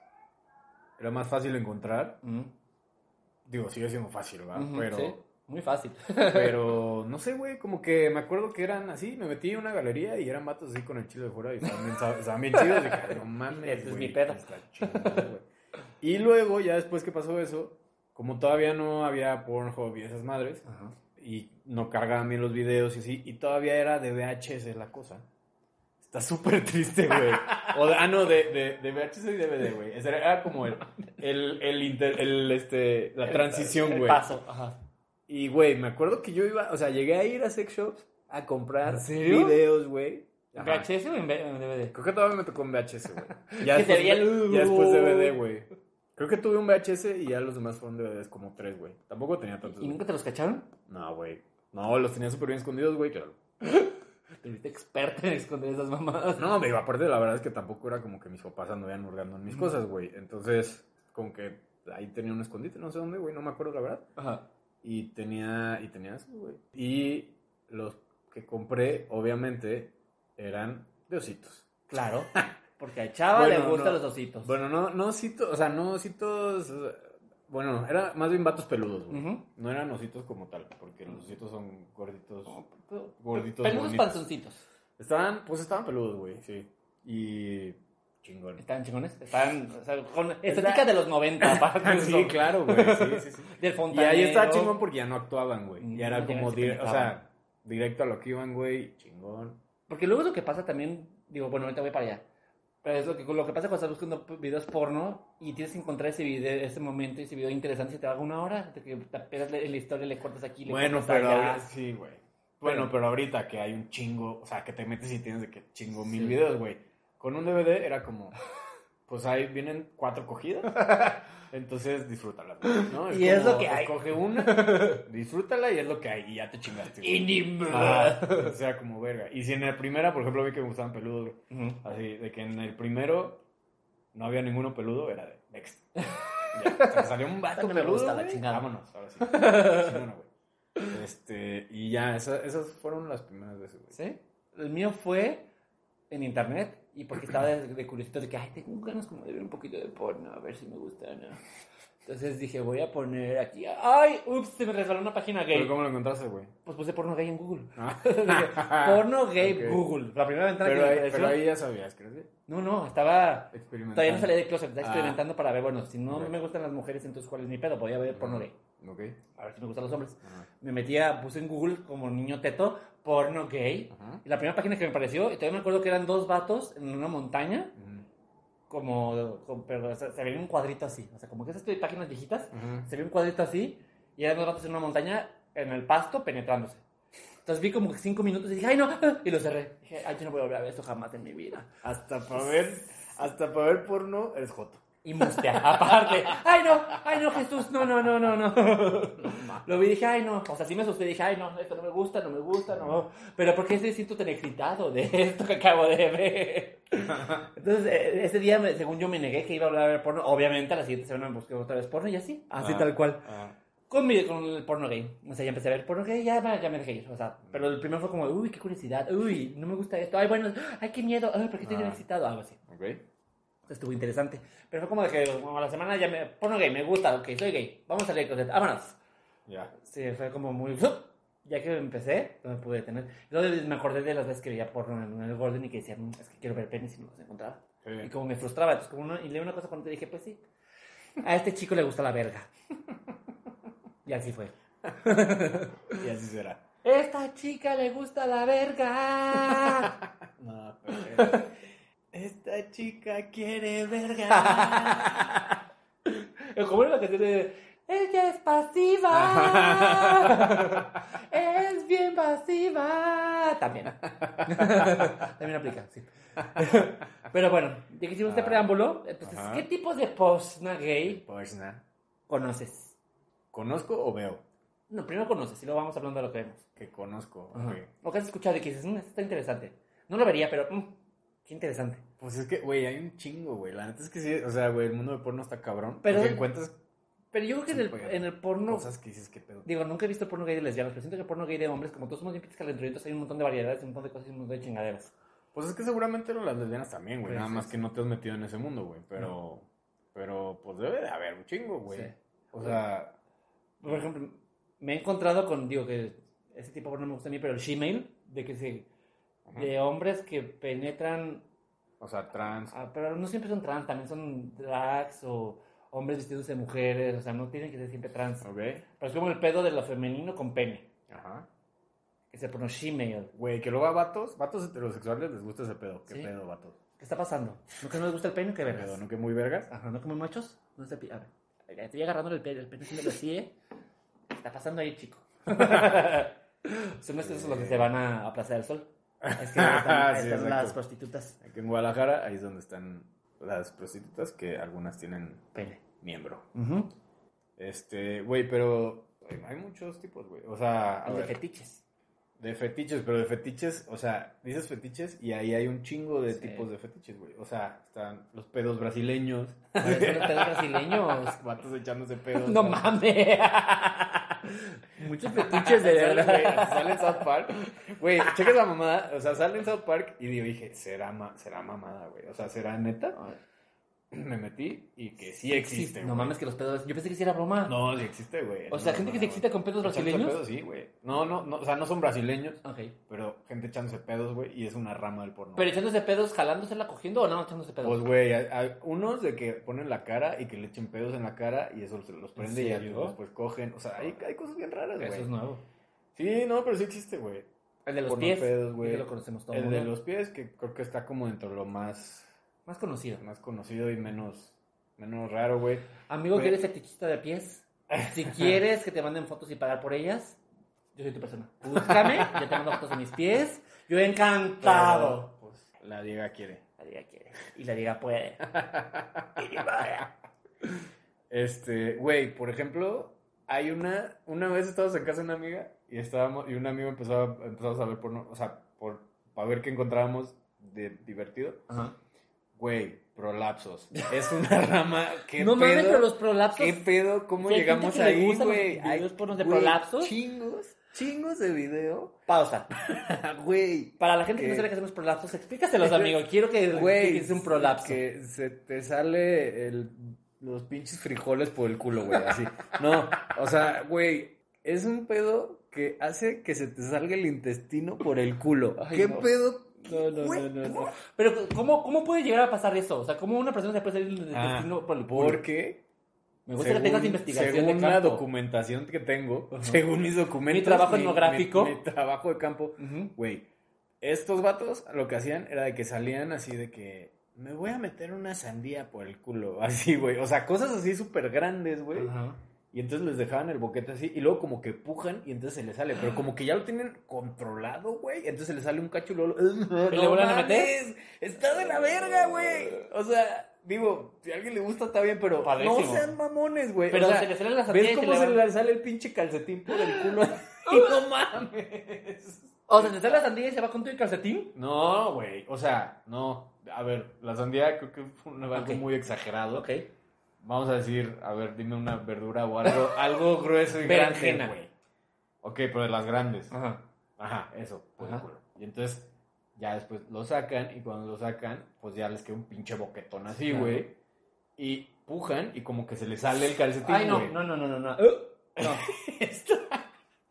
Speaker 2: era más fácil encontrar.
Speaker 1: Mm.
Speaker 2: Digo, sigue siendo fácil, ¿verdad?
Speaker 1: Ujú,
Speaker 2: Pero.
Speaker 1: sí. Muy fácil.
Speaker 2: Pero no sé, güey, como que me acuerdo que eran así, me metí en una galería y eran vatos así con el chile de fuera y estaban bien, sab- estaban bien chidos. Y dije, no mames,
Speaker 1: Este es mi
Speaker 2: güey,
Speaker 1: pedo.
Speaker 2: está chingón, güey. Y luego, ya después que pasó eso, como todavía no había Pornhub y esas madres,
Speaker 1: Ajá.
Speaker 2: y no cargaban bien los videos y así, y todavía era de VHS la cosa. Está súper triste, güey. O de- ah, no, de, de, de VHS y DVD, güey. Ese Era, era como el, el, el, inter- el, este, la transición,
Speaker 1: El
Speaker 2: güey.
Speaker 1: paso. Ajá.
Speaker 2: Y, güey, me acuerdo que yo iba, o sea, llegué a ir a sex shops a comprar
Speaker 1: ¿En serio?
Speaker 2: videos, güey.
Speaker 1: ¿En
Speaker 2: Ajá.
Speaker 1: VHS o en V- en DVD?
Speaker 2: Creo que todavía me tocó un VHS, güey. Ya,
Speaker 1: Que te
Speaker 2: después,
Speaker 1: veía el-
Speaker 2: ya después DVD, güey. Creo que tuve un VHS y ya los demás fueron DVDs, como tres, güey. Tampoco tenía
Speaker 1: ¿Y
Speaker 2: tantos. güey.
Speaker 1: nunca te los cacharon?
Speaker 2: No, güey. No, los tenía súper bien escondidos, güey, claro.
Speaker 1: Te viste experto en esconder esas mamadas.
Speaker 2: No, digo, aparte la verdad es que tampoco era como que mis papás andaban hurgando
Speaker 1: Mm.
Speaker 2: en mis cosas, güey. Entonces, como que ahí tenía un escondite, no sé dónde, güey, no me acuerdo la verdad.
Speaker 1: Ajá.
Speaker 2: Y tenía, y tenía eso, güey. Y los que compré, obviamente, eran de ositos.
Speaker 1: Claro. Porque a Chava
Speaker 2: Bueno,
Speaker 1: le gustan
Speaker 2: no.
Speaker 1: los ositos.
Speaker 2: Bueno, no, no ositos, o sea, no ositos, eh, bueno, era más bien vatos peludos, güey.
Speaker 1: Ujú.
Speaker 2: No eran ositos como tal, porque los ositos son gorditos. Gorditos,
Speaker 1: Gorditos. Peludos
Speaker 2: bonitos.
Speaker 1: panzoncitos.
Speaker 2: Estaban, pues estaban peludos, güey, sí. Y chingón.
Speaker 1: Estaban chingones. Estaban o sea, con estética de los 90. aparte,
Speaker 2: Sí,
Speaker 1: Ah, eso.
Speaker 2: claro, güey, sí, sí, sí.
Speaker 1: Del
Speaker 2: Y
Speaker 1: fontanero.
Speaker 2: ahí estaba chingón porque ya no actuaban, güey. Ya
Speaker 1: No,
Speaker 2: era
Speaker 1: Mm, ya
Speaker 2: como,
Speaker 1: se
Speaker 2: dire- o
Speaker 1: conectaban.
Speaker 2: sea, directo a lo que iban, güey, chingón.
Speaker 1: Porque luego es lo que pasa también, digo, bueno, ahorita voy para allá. Pero es lo que, lo que pasa cuando estás buscando p- videos porno y tienes que encontrar ese video, ese momento, ese video interesante, se te va una hora, de que te apegas en la historia, le cortas aquí, le
Speaker 2: Bueno,
Speaker 1: cortas
Speaker 2: pero
Speaker 1: allá.
Speaker 2: ahora sí, güey. Bueno, pero ahorita que hay un chingo, o sea, que te metes y tienes de que chingo mil
Speaker 1: Sí.
Speaker 2: videos, güey. Con un DVD era como, pues ahí vienen cuatro cogidas. Entonces disfrútala, ¿no?
Speaker 1: Y es lo que hay.
Speaker 2: Coge una, disfrútala y es lo que hay, y ya te chingaste. güey.
Speaker 1: Y ni
Speaker 2: Ah,
Speaker 1: más.
Speaker 2: o sea, como verga. Y si en la primera, por ejemplo, vi que me gustaban peludos, güey. Así, de que en el primero no había ninguno peludo, era de next. Ya, o sea, salió un
Speaker 1: Esta
Speaker 2: vato
Speaker 1: no me
Speaker 2: peludo,
Speaker 1: gusta, la
Speaker 2: güey,
Speaker 1: chingada.
Speaker 2: Vámonos, ahora sí. Chingona, güey. Este, y ya, esa- esas fueron las primeras veces, güey.
Speaker 1: ¿Sí? El mío fue en internet y porque estaba de, de curiosito de que, ay, tengo ganas como de ver un poquito de porno, a ver si me gusta o no. Entonces dije, voy a poner aquí, ay, ups, se me resbaló una página
Speaker 2: ¿Pero
Speaker 1: gay.
Speaker 2: cómo lo encontraste, güey?
Speaker 1: Pues puse porno gay en Google.
Speaker 2: Ah.
Speaker 1: Dije, porno gay
Speaker 2: Ok.
Speaker 1: Google. La primera ventana
Speaker 2: Pero,
Speaker 1: que me
Speaker 2: ahí,
Speaker 1: apareció.
Speaker 2: pero ahí ya sabías, ¿crees? güey?
Speaker 1: No, no, estaba...
Speaker 2: Experimentando.
Speaker 1: Todavía no salía de closet, estaba
Speaker 2: Ah.
Speaker 1: experimentando para ver, bueno, si no
Speaker 2: Ok. Ah.
Speaker 1: me gustan las mujeres, entonces cuál es mi pedo, podía ver porno gay.
Speaker 2: Ok.
Speaker 1: A ver si me gustan los hombres.
Speaker 2: Ajá.
Speaker 1: Me metía, puse en Google como niño teto, porno gay.
Speaker 2: Ajá.
Speaker 1: Y la primera página que me apareció, y todavía me acuerdo que eran dos vatos en una montaña,
Speaker 2: Ujú.
Speaker 1: como, como- pero o sea, se veía un cuadrito así, o sea, como que esas páginas viejitas,
Speaker 2: Ajá.
Speaker 1: se veía un cuadrito así, y eran dos vatos en una montaña, en el pasto, penetrándose. Entonces vi como que cinco minutos y dije, ay no, ah", y lo cerré. Dije, ay, yo no voy a volver a ver esto jamás en mi vida.
Speaker 2: Hasta para ver, hasta para ver porno eres joto.
Speaker 1: Y mustea, aparte, ay no, ay no, Jesús, no, no, no, no, no. Lo vi y dije, ay no, o sea, sí me asusté, dije, ay no, esto no me gusta, no me gusta, no. Pero ¿por qué me siento tan excitado de esto que acabo de ver? Entonces, eh, ese día, me- según yo me negué que iba a hablar de porno, obviamente a la siguiente semana me busqué otra vez porno y así, así
Speaker 2: Ah.
Speaker 1: tal cual.
Speaker 2: Ajá.
Speaker 1: Con, mi- con el porno gay, o sea, ya empecé a ver porno gay, ya, me- ya me dejé ir, o sea, pero el primero fue como, uy, qué curiosidad, uy, no me gusta esto, ay bueno, ay qué miedo, ay, ¿por qué estoy bien
Speaker 2: Ah.
Speaker 1: excitado? Algo así.
Speaker 2: Ok.
Speaker 1: Estuvo interesante. Pero fue como de que como a la semana ya me porno gay, me gusta, ok, soy gay. Vamos a salir closet, vámonos.
Speaker 2: Ya.
Speaker 1: Sí, fue como muy. Ya que empecé, no me pude detener. Luego me acordé de las veces que veía porno en el Golden y que decían, es que quiero ver penes y no los encontraba. Y
Speaker 2: Eh,
Speaker 1: como me frustraba, entonces como uno, y leí una cosa cuando te dije, pues sí, a este chico le gusta la verga. Y así fue.
Speaker 2: Y así será.
Speaker 1: Esta chica le gusta la verga.
Speaker 2: No, pero- Esta chica quiere verga.
Speaker 1: Como era la canción de Ella es pasiva. es bien pasiva. También. También aplica, sí. Pero bueno, ya que hicimos este
Speaker 2: Ah.
Speaker 1: preámbulo, entonces,
Speaker 2: Ajá.
Speaker 1: ¿qué tipos de posna gay
Speaker 2: Pues nada.
Speaker 1: conoces?
Speaker 2: ¿Conozco o veo?
Speaker 1: No, primero conoces y luego vamos hablando de lo que vemos.
Speaker 2: Que conozco.
Speaker 1: Ajá.
Speaker 2: ok.
Speaker 1: O que has escuchado y que dices, "Mm, esto está interesante. No lo vería, pero mm, qué interesante.
Speaker 2: Pues es que, güey, hay un chingo, güey. La neta es que sí. O sea, güey, el mundo del porno está cabrón.
Speaker 1: Pero-
Speaker 2: Pero te encuentras
Speaker 1: Pero yo creo que en
Speaker 2: Sí,
Speaker 1: el,
Speaker 2: porque
Speaker 1: en el porno
Speaker 2: cosas que dices que pedo.
Speaker 1: Digo, nunca he visto porno gay de lesbianas, pero siento que porno gay de hombres, como todos somos bien pinches calenturientos, hay un montón de variedades, un montón de cosas y un montón de chingaderas.
Speaker 2: Pues es que seguramente lo las lesbianas también, güey.
Speaker 1: Sí,
Speaker 2: Nada
Speaker 1: Pues sí,
Speaker 2: más
Speaker 1: sí.
Speaker 2: que no te has metido en ese mundo, güey. Pero, pero, pues debe de haber un chingo, güey.
Speaker 1: Sí.
Speaker 2: O sea,
Speaker 1: Por ejemplo, me he encontrado con, digo, que ese tipo de porno me gusta a mí, pero el shemale, de que se,
Speaker 2: ajá.
Speaker 1: de hombres que penetran,
Speaker 2: o sea, trans.
Speaker 1: a- pero no siempre son trans, también son drags o hombres vestidos de mujeres, o sea, no tienen que ser siempre trans.
Speaker 2: Ok.
Speaker 1: Pero es como el pedo de lo femenino con pene,
Speaker 2: Ajá.
Speaker 1: que se porno shemale.
Speaker 2: Güey, que luego a vatos, vatos heterosexuales les gusta ese pedo. ¿Qué
Speaker 1: Sí.
Speaker 2: pedo, vatos?
Speaker 1: ¿Qué está pasando? ¿No que no les gusta el pene? ¿Qué
Speaker 2: ¿Qué
Speaker 1: vergas?
Speaker 2: pedo? ¿No que muy vergas?
Speaker 1: Ajá, ¿no como machos? No sé, pi- a ver, estoy agarrando el pene, el pene haciéndolo así, ¿eh? ¿Qué Está pasando ahí, chico. Son estos los que se van a, a Plaza del Sol. Es que ahí están, ahí
Speaker 2: Sí,
Speaker 1: están
Speaker 2: exacto.
Speaker 1: las prostitutas.
Speaker 2: Aquí en Guadalajara, ahí es donde están las prostitutas, que algunas tienen
Speaker 1: Pene.
Speaker 2: miembro. Este, güey, pero güey, hay muchos tipos, güey. O sea, a
Speaker 1: El de
Speaker 2: ver,
Speaker 1: fetiches.
Speaker 2: de fetiches, pero de fetiches, o sea, dices fetiches y ahí hay un chingo de
Speaker 1: Sí.
Speaker 2: tipos de fetiches, güey. O sea, están los pedos brasileños,
Speaker 1: Pero Son los pedos brasileños.
Speaker 2: vatos echándose pedos.
Speaker 1: No mames. Muchos fetiches de verdad.
Speaker 2: Salen South Park. Güey, checa la mamada. O sea, sale en South Park y yo dije, será, ma- será mamada, güey. O sea, será neta. Me metí y que sí existe,
Speaker 1: no
Speaker 2: güey.
Speaker 1: mames que los pedos. Yo pensé que sí era broma.
Speaker 2: No, sí existe, güey.
Speaker 1: o sea,
Speaker 2: No,
Speaker 1: gente
Speaker 2: no,
Speaker 1: que se
Speaker 2: no,
Speaker 1: excita con pedos
Speaker 2: güey. Echándose
Speaker 1: brasileños.
Speaker 2: pedos, sí, güey. No, no, no, o sea, no son brasileños,
Speaker 1: Ok.
Speaker 2: pero gente echándose pedos, güey, y es una rama del porno.
Speaker 1: Pero echándose pedos, jalándosela, cogiendo o no echándose pedos.
Speaker 2: Pues, güey, hay- hay unos de que ponen la cara y que le echen pedos en la cara y eso se los prende y
Speaker 1: serio? Ah.
Speaker 2: ellos después cogen. O sea, hay, hay cosas bien raras,
Speaker 1: Eso
Speaker 2: güey.
Speaker 1: es nuevo.
Speaker 2: Sí, no, pero sí existe, güey.
Speaker 1: El de los
Speaker 2: Porno
Speaker 1: pies.
Speaker 2: pedos, güey.
Speaker 1: que lo conocemos todo.
Speaker 2: El de los pies, que creo que está como dentro de lo más,
Speaker 1: Más conocido.
Speaker 2: más conocido y menos, menos raro, güey.
Speaker 1: Amigo, que
Speaker 2: Güey.
Speaker 1: eres fetichista de pies? Si quieres que te manden fotos y pagar por ellas, yo soy tu persona. Búscame, yo te mando fotos de mis pies. Yo encantado.
Speaker 2: Pero, pues, la Diega quiere.
Speaker 1: La liga quiere. Y la liga puede. Y vaya.
Speaker 2: Este, güey, por ejemplo, hay una, una vez estábamos en casa de una amiga y estábamos, y un amigo empezaba, empezamos a ver porno, o sea, por, para ver qué encontrábamos de divertido.
Speaker 1: Ajá.
Speaker 2: Güey, prolapsos. Es una rama que
Speaker 1: No mames,
Speaker 2: pedo,
Speaker 1: pero los prolapsos.
Speaker 2: ¿Qué pedo? ¿Cómo
Speaker 1: Sí, hay gente
Speaker 2: llegamos
Speaker 1: que le
Speaker 2: ahí,
Speaker 1: gustan los
Speaker 2: güey?
Speaker 1: videos
Speaker 2: Hay,
Speaker 1: pornos de
Speaker 2: güey,
Speaker 1: prolapsos.
Speaker 2: Chingos, chingos de video.
Speaker 1: Pausa.
Speaker 2: Güey,
Speaker 1: Para la gente que no
Speaker 2: ¿Qué?
Speaker 1: sabe qué son los prolapsos, explícaselos, amigo. Quiero que
Speaker 2: Güey,
Speaker 1: es un prolapso.
Speaker 2: Que se te sale el- los pinches frijoles por el culo, güey, así. No, o sea, güey, es un pedo que hace que se te salga el intestino por el culo.
Speaker 1: Ay,
Speaker 2: ¿Qué
Speaker 1: no.
Speaker 2: pedo?
Speaker 1: No, no,
Speaker 2: Güey,
Speaker 1: no, no, no. Pero, ¿cómo, ¿cómo puede llegar a pasar eso? O sea, ¿cómo una persona se puede salir del
Speaker 2: Ah,
Speaker 1: intestino por el culo?
Speaker 2: Porque
Speaker 1: Me gusta que tengas investigación
Speaker 2: según
Speaker 1: de
Speaker 2: la
Speaker 1: campo.
Speaker 2: documentación que tengo,
Speaker 1: Ajá.
Speaker 2: según mis documentos,
Speaker 1: Mi trabajo etnográfico.
Speaker 2: mi, mi trabajo de campo,
Speaker 1: Ujú.
Speaker 2: Güey, estos vatos lo que hacían era de que salían así de que me voy a meter una sandía por el culo, así, güey. O sea, cosas así súper grandes, güey.
Speaker 1: Ajá.
Speaker 2: Y entonces les dejaban el boquete así y luego como que pujan y entonces se les sale. Pero como que ya lo tienen controlado, güey. Entonces se les sale un cacho y luego... ¡No
Speaker 1: le vuelven a meter?
Speaker 2: mames! ¡Está de la verga, güey! O sea, digo, si a alguien le gusta está bien, pero
Speaker 1: Padrísimo.
Speaker 2: no sean mamones, güey. O
Speaker 1: Pero
Speaker 2: sea,
Speaker 1: se le salen las
Speaker 2: ¿Ves
Speaker 1: ardillas y
Speaker 2: cómo
Speaker 1: se le
Speaker 2: se
Speaker 1: van-
Speaker 2: le sale el pinche calcetín por el culo? ¡No mames!
Speaker 1: O sea, ¿te sale la sandía y se va con tu calcetín?
Speaker 2: No, güey. O sea, no. A ver, la sandía creo que fue un algo
Speaker 1: Ok.
Speaker 2: muy exagerado.
Speaker 1: Ok.
Speaker 2: Vamos a decir, a ver, dime una verdura o algo, algo grueso y
Speaker 1: Berenjena.
Speaker 2: grande, güey. Ok, pero de las grandes.
Speaker 1: Ajá.
Speaker 2: Ajá, eso. por el
Speaker 1: Ajá.
Speaker 2: culo. Y entonces, ya después lo sacan y cuando lo sacan, pues ya les queda un pinche boquetón así,
Speaker 1: Claro.
Speaker 2: güey. Y pujan y como que se les sale el calcetín,
Speaker 1: Ay, no,
Speaker 2: güey. ¿Eh?
Speaker 1: no, no, no, no, no. No.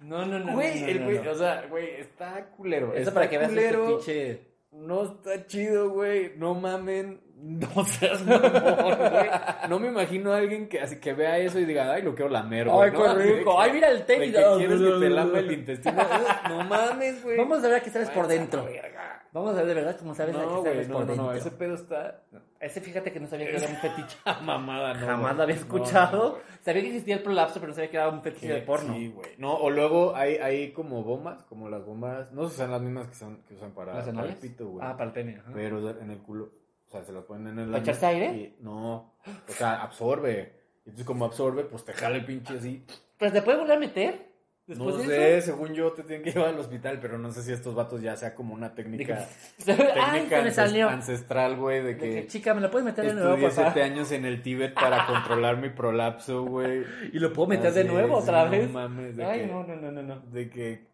Speaker 1: No, no, no, no.
Speaker 2: Güey,
Speaker 1: no,
Speaker 2: el
Speaker 1: no,
Speaker 2: güey,
Speaker 1: no.
Speaker 2: o sea, güey, está culero.
Speaker 1: Eso
Speaker 2: está
Speaker 1: para que veas este
Speaker 2: culero.
Speaker 1: pinche.
Speaker 2: No está chido, güey. No mamen. No seas mamón, güey. No me imagino a alguien que, así que vea eso y diga, ay, lo quiero lamer, güey. ¿no? Así de que-
Speaker 1: Ay, mira el
Speaker 2: de
Speaker 1: tenis.
Speaker 2: que quieres que te lame el intestino. Ay, No mames, güey.
Speaker 1: Vamos a ver a qué sabes por
Speaker 2: Ay, esa
Speaker 1: dentro.
Speaker 2: verga.
Speaker 1: Vamos a ver de verdad cómo sabes a
Speaker 2: No,
Speaker 1: qué
Speaker 2: güey,
Speaker 1: sabes
Speaker 2: no,
Speaker 1: por
Speaker 2: no,
Speaker 1: dentro.
Speaker 2: no, ese pedo está
Speaker 1: Ese fíjate que no sabía que era un fetiche.
Speaker 2: mamada, no.
Speaker 1: Jamás
Speaker 2: güey.
Speaker 1: lo había
Speaker 2: No,
Speaker 1: escuchado.
Speaker 2: no, no, güey.
Speaker 1: sabía que existía el prolapso, pero no sabía que era un fetiche de porno.
Speaker 2: Sí, güey. No, o luego hay, hay como bombas, como las bombas, no son las mismas que, son, que usan para,
Speaker 1: ¿Las
Speaker 2: para el
Speaker 1: anales?
Speaker 2: pito, güey.
Speaker 1: Ah, para el pene. ajá.
Speaker 2: pero de- en el culo. O sea, se lo ponen en el.
Speaker 1: ¿Para
Speaker 2: ano
Speaker 1: echarse aire?
Speaker 2: y- no. O sea, absorbe. Y Entonces, como absorbe, pues te jala el pinche así.
Speaker 1: Pero te Pues, puede volver a meter. Después
Speaker 2: no
Speaker 1: de
Speaker 2: sé, según yo, te tienen que llevar al hospital, pero no sé si estos vatos ya sea como una técnica,
Speaker 1: eso. Ay,
Speaker 2: técnica
Speaker 1: se me
Speaker 2: ances-
Speaker 1: salió.
Speaker 2: ancestral, güey, de
Speaker 1: De que,
Speaker 2: que.
Speaker 1: chica, ¿me la puedes meter de nuevo,
Speaker 2: Estudié
Speaker 1: por favor?
Speaker 2: siete años en el Tíbet para controlar mi prolapso, güey.
Speaker 1: Y lo puedo meter de
Speaker 2: Así
Speaker 1: nuevo
Speaker 2: es,
Speaker 1: otra
Speaker 2: no
Speaker 1: vez.
Speaker 2: mames, de
Speaker 1: Ay,
Speaker 2: que-
Speaker 1: no, no, no, no, no.
Speaker 2: De que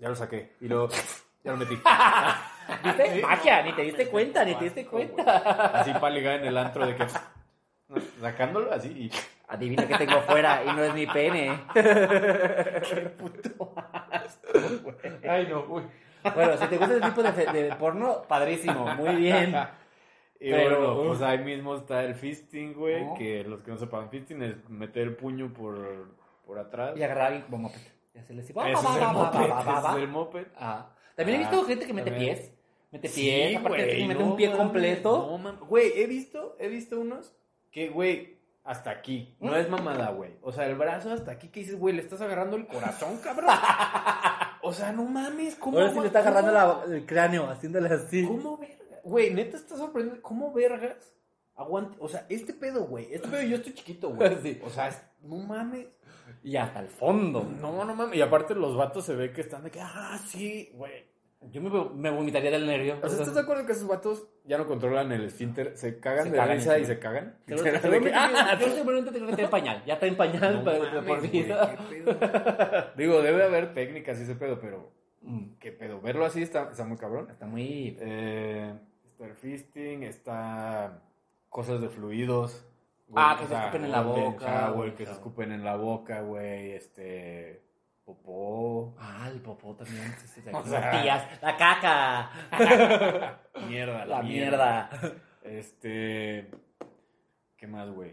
Speaker 2: ya lo saqué. Y luego ya lo metí.
Speaker 1: ¿Viste?
Speaker 2: Sí,
Speaker 1: Magia,
Speaker 2: no
Speaker 1: ni te diste
Speaker 2: mames,
Speaker 1: cuenta, ni te
Speaker 2: asco,
Speaker 1: diste
Speaker 2: güey.
Speaker 1: cuenta.
Speaker 2: Así para ligar en el antro de que. no, Sacándolo así y.
Speaker 1: Adivina que tengo afuera y no es mi pene.
Speaker 2: Ay, no, güey.
Speaker 1: Bueno, si te gusta ese tipo de, fe- de porno, padrísimo, muy bien.
Speaker 2: Y
Speaker 1: Pero, uh. Oh.
Speaker 2: bueno,
Speaker 1: uf.
Speaker 2: pues ahí mismo está el fisting, güey.
Speaker 1: Ajá.
Speaker 2: Que los que no sepan fisting es meter el puño por, por atrás.
Speaker 1: Y agarrar a alguien como moped. Y hacerle así. va,
Speaker 2: Ese
Speaker 1: va,
Speaker 2: es
Speaker 1: va,
Speaker 2: el
Speaker 1: va, va,
Speaker 2: moped,
Speaker 1: va,
Speaker 2: ese
Speaker 1: va.
Speaker 2: es el moped.
Speaker 1: Ah. También he
Speaker 2: Ah,
Speaker 1: visto gente que mete
Speaker 2: también.
Speaker 1: pies. Mete
Speaker 2: Sí,
Speaker 1: pies, aparte de
Speaker 2: güey,
Speaker 1: que mete
Speaker 2: no
Speaker 1: un pie
Speaker 2: mames,
Speaker 1: completo.
Speaker 2: No mames. Güey, he visto, he visto unos que, güey, hasta aquí. No
Speaker 1: ¿Mm?
Speaker 2: es mamada, güey. O sea, el brazo hasta aquí que dices, güey, le estás agarrando el corazón, cabrón. o sea, no mames, ¿cómo?
Speaker 1: Ahora sí le está
Speaker 2: cómo-
Speaker 1: agarrando la- el cráneo, haciéndole así.
Speaker 2: ¿Cómo verga? Güey, neta está sorprendiendo. ¿Cómo vergas? Aguante. O sea, este pedo, güey. Este pedo yo estoy chiquito, güey.
Speaker 1: Sí.
Speaker 2: O sea, es- no mames.
Speaker 1: Y hasta el fondo.
Speaker 2: No, no mames. Y aparte los vatos se ve que están de que, ah, sí, güey.
Speaker 1: Yo me, me vomitaría del nervio.
Speaker 2: O sea, ¿estás de acuerdo que esos vatos ya no controlan el esfínter? Se cagan
Speaker 1: Se
Speaker 2: de
Speaker 1: cagan,
Speaker 2: risa y
Speaker 1: sí.
Speaker 2: se cagan.
Speaker 1: Seguro- seguramente tiene- Ah, yo seguramente tengo que tener pañal. Ya está en pañal
Speaker 2: No
Speaker 1: para-
Speaker 2: mames,
Speaker 1: por
Speaker 2: güey,
Speaker 1: vida.
Speaker 2: qué pedo. "Ah". Digo, debe haber técnicas y ese pedo, pero
Speaker 1: Mm,
Speaker 2: qué pedo. Verlo así está, está muy cabrón.
Speaker 1: Está muy.
Speaker 2: Eh, está el fisting, está cosas de fluidos.
Speaker 1: Ah, que
Speaker 2: o
Speaker 1: se escupen en
Speaker 2: golden
Speaker 1: la boca,
Speaker 2: shower,
Speaker 1: güey,
Speaker 2: que se
Speaker 1: claro.
Speaker 2: escupen en la boca, güey. Este. Popó.
Speaker 1: Ah, el popó también. sí, sí, sí.
Speaker 2: O sea-
Speaker 1: Tías, la caca,
Speaker 2: Mierda,
Speaker 1: la mierda.
Speaker 2: Este. ¿Qué más, güey?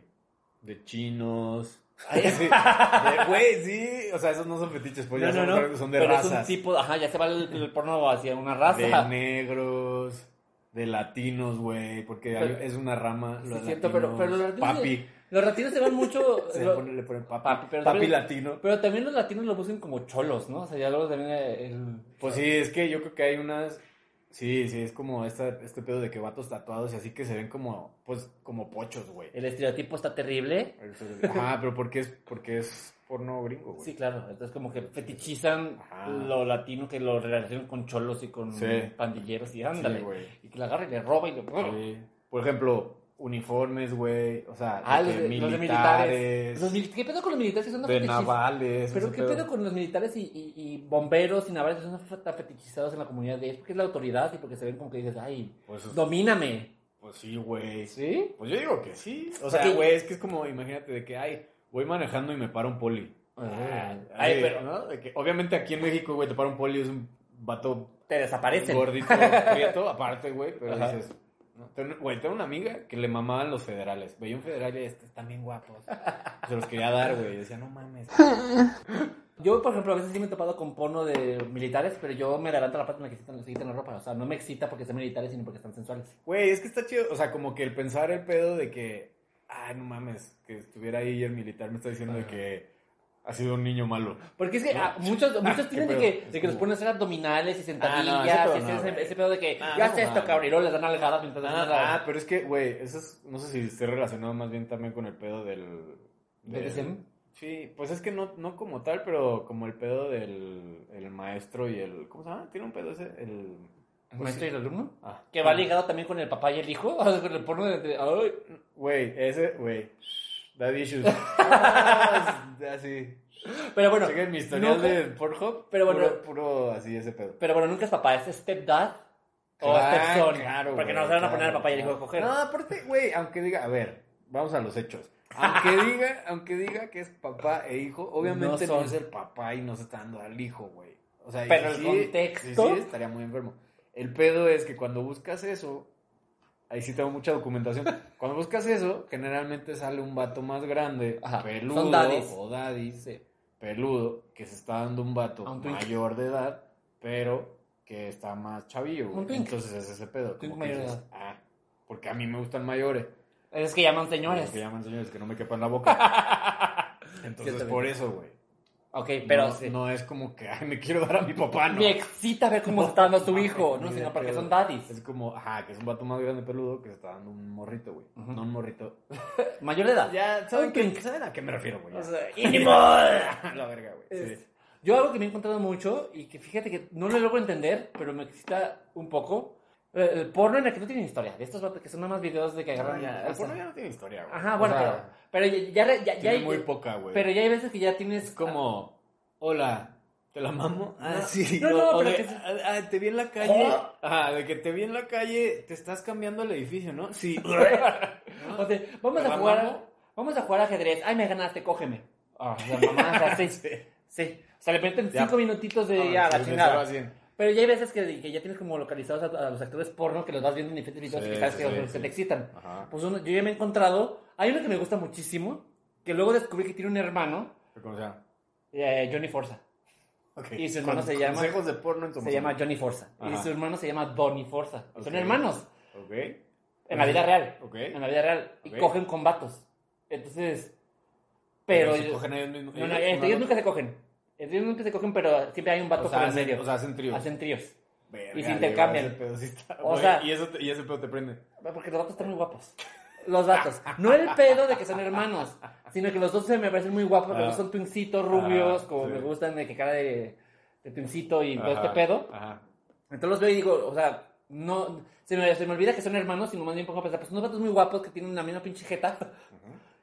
Speaker 2: De chinos.
Speaker 1: Ay,
Speaker 2: Sí, de- Güey, sí. O sea, esos no son fetiches, pues ya
Speaker 1: no,
Speaker 2: son,
Speaker 1: no, no.
Speaker 2: son de
Speaker 1: Pero es un
Speaker 2: razas.
Speaker 1: tipo. Ajá, ya se va el, el porno hacia una raza.
Speaker 2: de negros, de latinos, güey. Porque hay-
Speaker 1: Pero-
Speaker 2: es una rama.
Speaker 1: Sí,
Speaker 2: los
Speaker 1: cierto, pero-
Speaker 2: latinos.
Speaker 1: pero los latinos-
Speaker 2: Papi.
Speaker 1: Los latinos se van mucho.
Speaker 2: Se le
Speaker 1: lo-
Speaker 2: pone- le ponen papi.
Speaker 1: Papi, pero
Speaker 2: papi
Speaker 1: también-
Speaker 2: latino.
Speaker 1: Pero también los latinos lo buscan como cholos, ¿no? O sea, ya luego también. eh, El...
Speaker 2: Pues sí, es que yo creo que hay unas. Sí, sí, es como esta, este pedo de que vatos tatuados y así que se ven como, pues, como pochos, güey.
Speaker 1: El estereotipo está terrible.
Speaker 2: Ajá, pero porque es, porque es porno gringo, güey.
Speaker 1: Sí, claro. Entonces como que fetichizan
Speaker 2: Ajá.
Speaker 1: lo latino que lo relacionan con cholos y con
Speaker 2: Sí.
Speaker 1: pandilleros y
Speaker 2: Sí,
Speaker 1: ándale.
Speaker 2: güey.
Speaker 1: y que la agarra y le ¡oh! roba y le...
Speaker 2: Sí. Por ejemplo, uniformes, güey. O sea,
Speaker 1: Ah,
Speaker 2: de
Speaker 1: los,
Speaker 2: que
Speaker 1: de- los de militares. Los mil- ¿Qué pedo con los militares que son
Speaker 2: de
Speaker 1: fetichis-
Speaker 2: navales.
Speaker 1: Pero
Speaker 2: ese
Speaker 1: qué pedo con los militares y, y- y bomberos y navales que son fe- tan fetichizados en la comunidad de ellos porque es la autoridad y porque se ven como que dices, ay,
Speaker 2: Pues,
Speaker 1: domíname.
Speaker 2: pues sí, güey.
Speaker 1: ¿Sí?
Speaker 2: Pues yo digo que sí. O sea,
Speaker 1: Porque-
Speaker 2: güey, es que es como, imagínate de que, ay, voy manejando y me para un poli.
Speaker 1: Ah,
Speaker 2: Ay,
Speaker 1: ay, pero
Speaker 2: ¿no? De que, obviamente aquí en México, güey, te para un poli es un vato
Speaker 1: te desaparecen.
Speaker 2: gordito, prieto, aparte, güey, pero
Speaker 1: Ajá.
Speaker 2: dices... no, ten- Güey, tengo una amiga que le mamaban los federales. Veía un federal y este, están bien guapos. Se los quería dar, güey. Decía, no mames.
Speaker 1: Yo, por ejemplo, a veces sí me he topado con porno de militares, pero yo me adelanto a la parte en la que se quitan, se quitan la ropa. O sea, no me excita porque sean militares, sino porque están sensuales.
Speaker 2: Güey, es que está chido. O sea, como que el pensar el pedo de que, ah, no mames, que estuviera ahí el militar me está diciendo de
Speaker 1: Ajá.
Speaker 2: que ha sido un niño malo.
Speaker 1: Porque es que ah, muchos, muchos tienen de
Speaker 2: pedo.
Speaker 1: que, de que los
Speaker 2: Como-
Speaker 1: ponen a hacer abdominales y sentadillas.
Speaker 2: Ah, no, ese pedo
Speaker 1: ese,
Speaker 2: no,
Speaker 1: ese-
Speaker 2: güey.
Speaker 1: ese pedo de que
Speaker 2: Ah,
Speaker 1: ya
Speaker 2: no,
Speaker 1: se esto,
Speaker 2: mames.
Speaker 1: cabrón, y luego les dan algadas mientras hacen
Speaker 2: Ah,
Speaker 1: nada.
Speaker 2: pero es que, güey, eso es, no sé si esté relacionado más bien también con el pedo del... del-
Speaker 1: BDSM.
Speaker 2: pues Sí, pues es que no, no como tal, pero como el pedo del el maestro y el... ¿Cómo se llama? Tiene un pedo ese, el... pues
Speaker 1: Maestro y
Speaker 2: sí.
Speaker 1: el alumno.
Speaker 2: Ah.
Speaker 1: Que va ligado también con el papá y el hijo. O sea, con el porno de. de- ay.
Speaker 2: Güey, ese, güey. Daddy issues. Ah, así.
Speaker 1: Pero bueno.
Speaker 2: Chequen mi historial
Speaker 1: nunca-
Speaker 2: de Pornhub.
Speaker 1: Pero bueno-
Speaker 2: Puro, puro así ese pedo.
Speaker 1: Pero bueno, nunca es papá, es stepdad o
Speaker 2: Ah,
Speaker 1: stepson.
Speaker 2: claro,
Speaker 1: porque
Speaker 2: güey,
Speaker 1: no se van a
Speaker 2: claro,
Speaker 1: poner al papá y el hijo
Speaker 2: claro.
Speaker 1: a coger.
Speaker 2: No, aparte, güey, aunque diga, a ver, vamos a los hechos. Aunque diga, aunque diga que es papá e hijo, obviamente
Speaker 1: No
Speaker 2: no,
Speaker 1: son.
Speaker 2: es el papá y no se está dando al hijo, güey. O sea, y
Speaker 1: Pero el
Speaker 2: sí-
Speaker 1: contexto-
Speaker 2: y sí, estaría muy enfermo. El pedo es que cuando buscas eso, ahí sí tengo mucha documentación. Cuando buscas eso, generalmente sale un vato más grande,
Speaker 1: Ajá,
Speaker 2: peludo
Speaker 1: son daddies.
Speaker 2: o daddy,
Speaker 1: Sí.
Speaker 2: peludo, que se está dando un vato
Speaker 1: A un twink.
Speaker 2: mayor de edad, pero que está más chavillo. güey.
Speaker 1: Un twink.
Speaker 2: Entonces es ese pedo.
Speaker 1: Twink
Speaker 2: Como que
Speaker 1: mayor de
Speaker 2: dices,
Speaker 1: edad.
Speaker 2: ah, porque a mí me gustan mayores.
Speaker 1: Es que llaman señores.
Speaker 2: Los Que llaman señores, que no me quepan la boca. Entonces
Speaker 1: Ciertamente.
Speaker 2: por eso, güey.
Speaker 1: Ok, pero.
Speaker 2: no,
Speaker 1: sí.
Speaker 2: no es como que, ay, me quiero dar a mi papá, no.
Speaker 1: Me excita ver cómo está dando a su
Speaker 2: No,
Speaker 1: hijo,
Speaker 2: no,
Speaker 1: ¿no?
Speaker 2: ni
Speaker 1: Sino
Speaker 2: de
Speaker 1: porque
Speaker 2: pedo.
Speaker 1: son daddies.
Speaker 2: Es como, ajá, que es un vato más grande peludo que se está dando un morrito, güey.
Speaker 1: Ujú.
Speaker 2: No un morrito.
Speaker 1: Mayor de edad.
Speaker 2: Ya,
Speaker 1: ¿saben qué-
Speaker 2: ¿saben a qué me refiero, güey?
Speaker 1: O sea, ¡Inimor!
Speaker 2: la verga, güey.
Speaker 1: Es-
Speaker 2: Sí.
Speaker 1: Yo algo que me he encontrado mucho y que fíjate que no lo logro entender, pero me excita un poco. eh, El porno en el que no tienen historia. De estos vatos que son nada más videos de que agarran.
Speaker 2: Ya,
Speaker 1: o
Speaker 2: el
Speaker 1: sea,
Speaker 2: porno ya no tiene historia, güey.
Speaker 1: Ajá,
Speaker 2: O
Speaker 1: bueno,
Speaker 2: sea,
Speaker 1: pero, pero ya, ya, ya- ya
Speaker 2: Tiene
Speaker 1: hay.
Speaker 2: muy poca, güey.
Speaker 1: pero ya hay veces que ya tienes.
Speaker 2: es como, hola, ¿te la mamo? Ah,
Speaker 1: No,
Speaker 2: sí.
Speaker 1: no,
Speaker 2: o-
Speaker 1: no,
Speaker 2: o
Speaker 1: pero
Speaker 2: de,
Speaker 1: que sí.
Speaker 2: "Ah, ah, te vi en la calle.
Speaker 1: Oh.
Speaker 2: Ajá, de que te vi en la calle, te estás cambiando el edificio, ¿no? Sí.
Speaker 1: o sea, vamos a
Speaker 2: ¿Verdad,
Speaker 1: jugar.
Speaker 2: mamo?
Speaker 1: Vamos a jugar ajedrez. Ay, me ganaste, cógeme. Ah, o sea, mamá, o sea, sí, sí. O sea, le meten
Speaker 2: Ya.
Speaker 1: cinco minutitos de
Speaker 2: Ah,
Speaker 1: ya,
Speaker 2: sí,
Speaker 1: la
Speaker 2: de
Speaker 1: chingada.
Speaker 2: cero a cien.
Speaker 1: Pero ya hay veces que, que ya tienes como localizados a, a los actores porno que los vas viendo en diferentes videos y
Speaker 2: Sí,
Speaker 1: que sabes
Speaker 2: sí,
Speaker 1: que se
Speaker 2: sí, sí.
Speaker 1: te excitan.
Speaker 2: Ajá.
Speaker 1: Pues uno- yo ya me he encontrado. Hay uno que me gusta muchísimo, que luego descubrí que tiene un hermano,
Speaker 2: ¿Cómo se llama?
Speaker 1: eh, Johnny Forza.
Speaker 2: Ok.
Speaker 1: Y su hermano
Speaker 2: Con-
Speaker 1: se llama-
Speaker 2: Consejos de porno en tu
Speaker 1: Se llama Johnny Forza. Y
Speaker 2: Ajá.
Speaker 1: su hermano se llama Donny Forza. Y Son
Speaker 2: Ok.
Speaker 1: hermanos,
Speaker 2: Ok.
Speaker 1: en la vida real.
Speaker 2: Ok.
Speaker 1: En la vida real. Y
Speaker 2: Ok.
Speaker 1: cogen con vatos. Entonces, pero...
Speaker 2: se cogen ellos mismos.
Speaker 1: No, no, entre ellos nunca se cogen. Entre ellos nunca se cogen, pero siempre hay un vato
Speaker 2: o sea,
Speaker 1: por en
Speaker 2: hacen-
Speaker 1: medio.
Speaker 2: O sea, hacen tríos.
Speaker 1: Hacen tríos.
Speaker 2: Verga,
Speaker 1: y se intercambian.
Speaker 2: ese pedo sí está-
Speaker 1: O
Speaker 2: Güey,
Speaker 1: sea-
Speaker 2: y, eso te- y ese pedo te prende.
Speaker 1: Porque los vatos están muy guapos. Los vatos. No el pedo de que son hermanos, sino que los dos se me parecen muy guapos. Porque
Speaker 2: Ah.
Speaker 1: los dos son twincitos, rubios,
Speaker 2: Ah,
Speaker 1: como
Speaker 2: sí.
Speaker 1: me gustan, de que cara de, de twincito y todo este
Speaker 2: Ajá,
Speaker 1: pedo.
Speaker 2: Ajá.
Speaker 1: Entonces los veo y digo, o sea, no. Se me, se me olvida que son hermanos, sino más bien pongo a pensar, pues son unos vatos muy guapos que tienen la misma pinche jeta.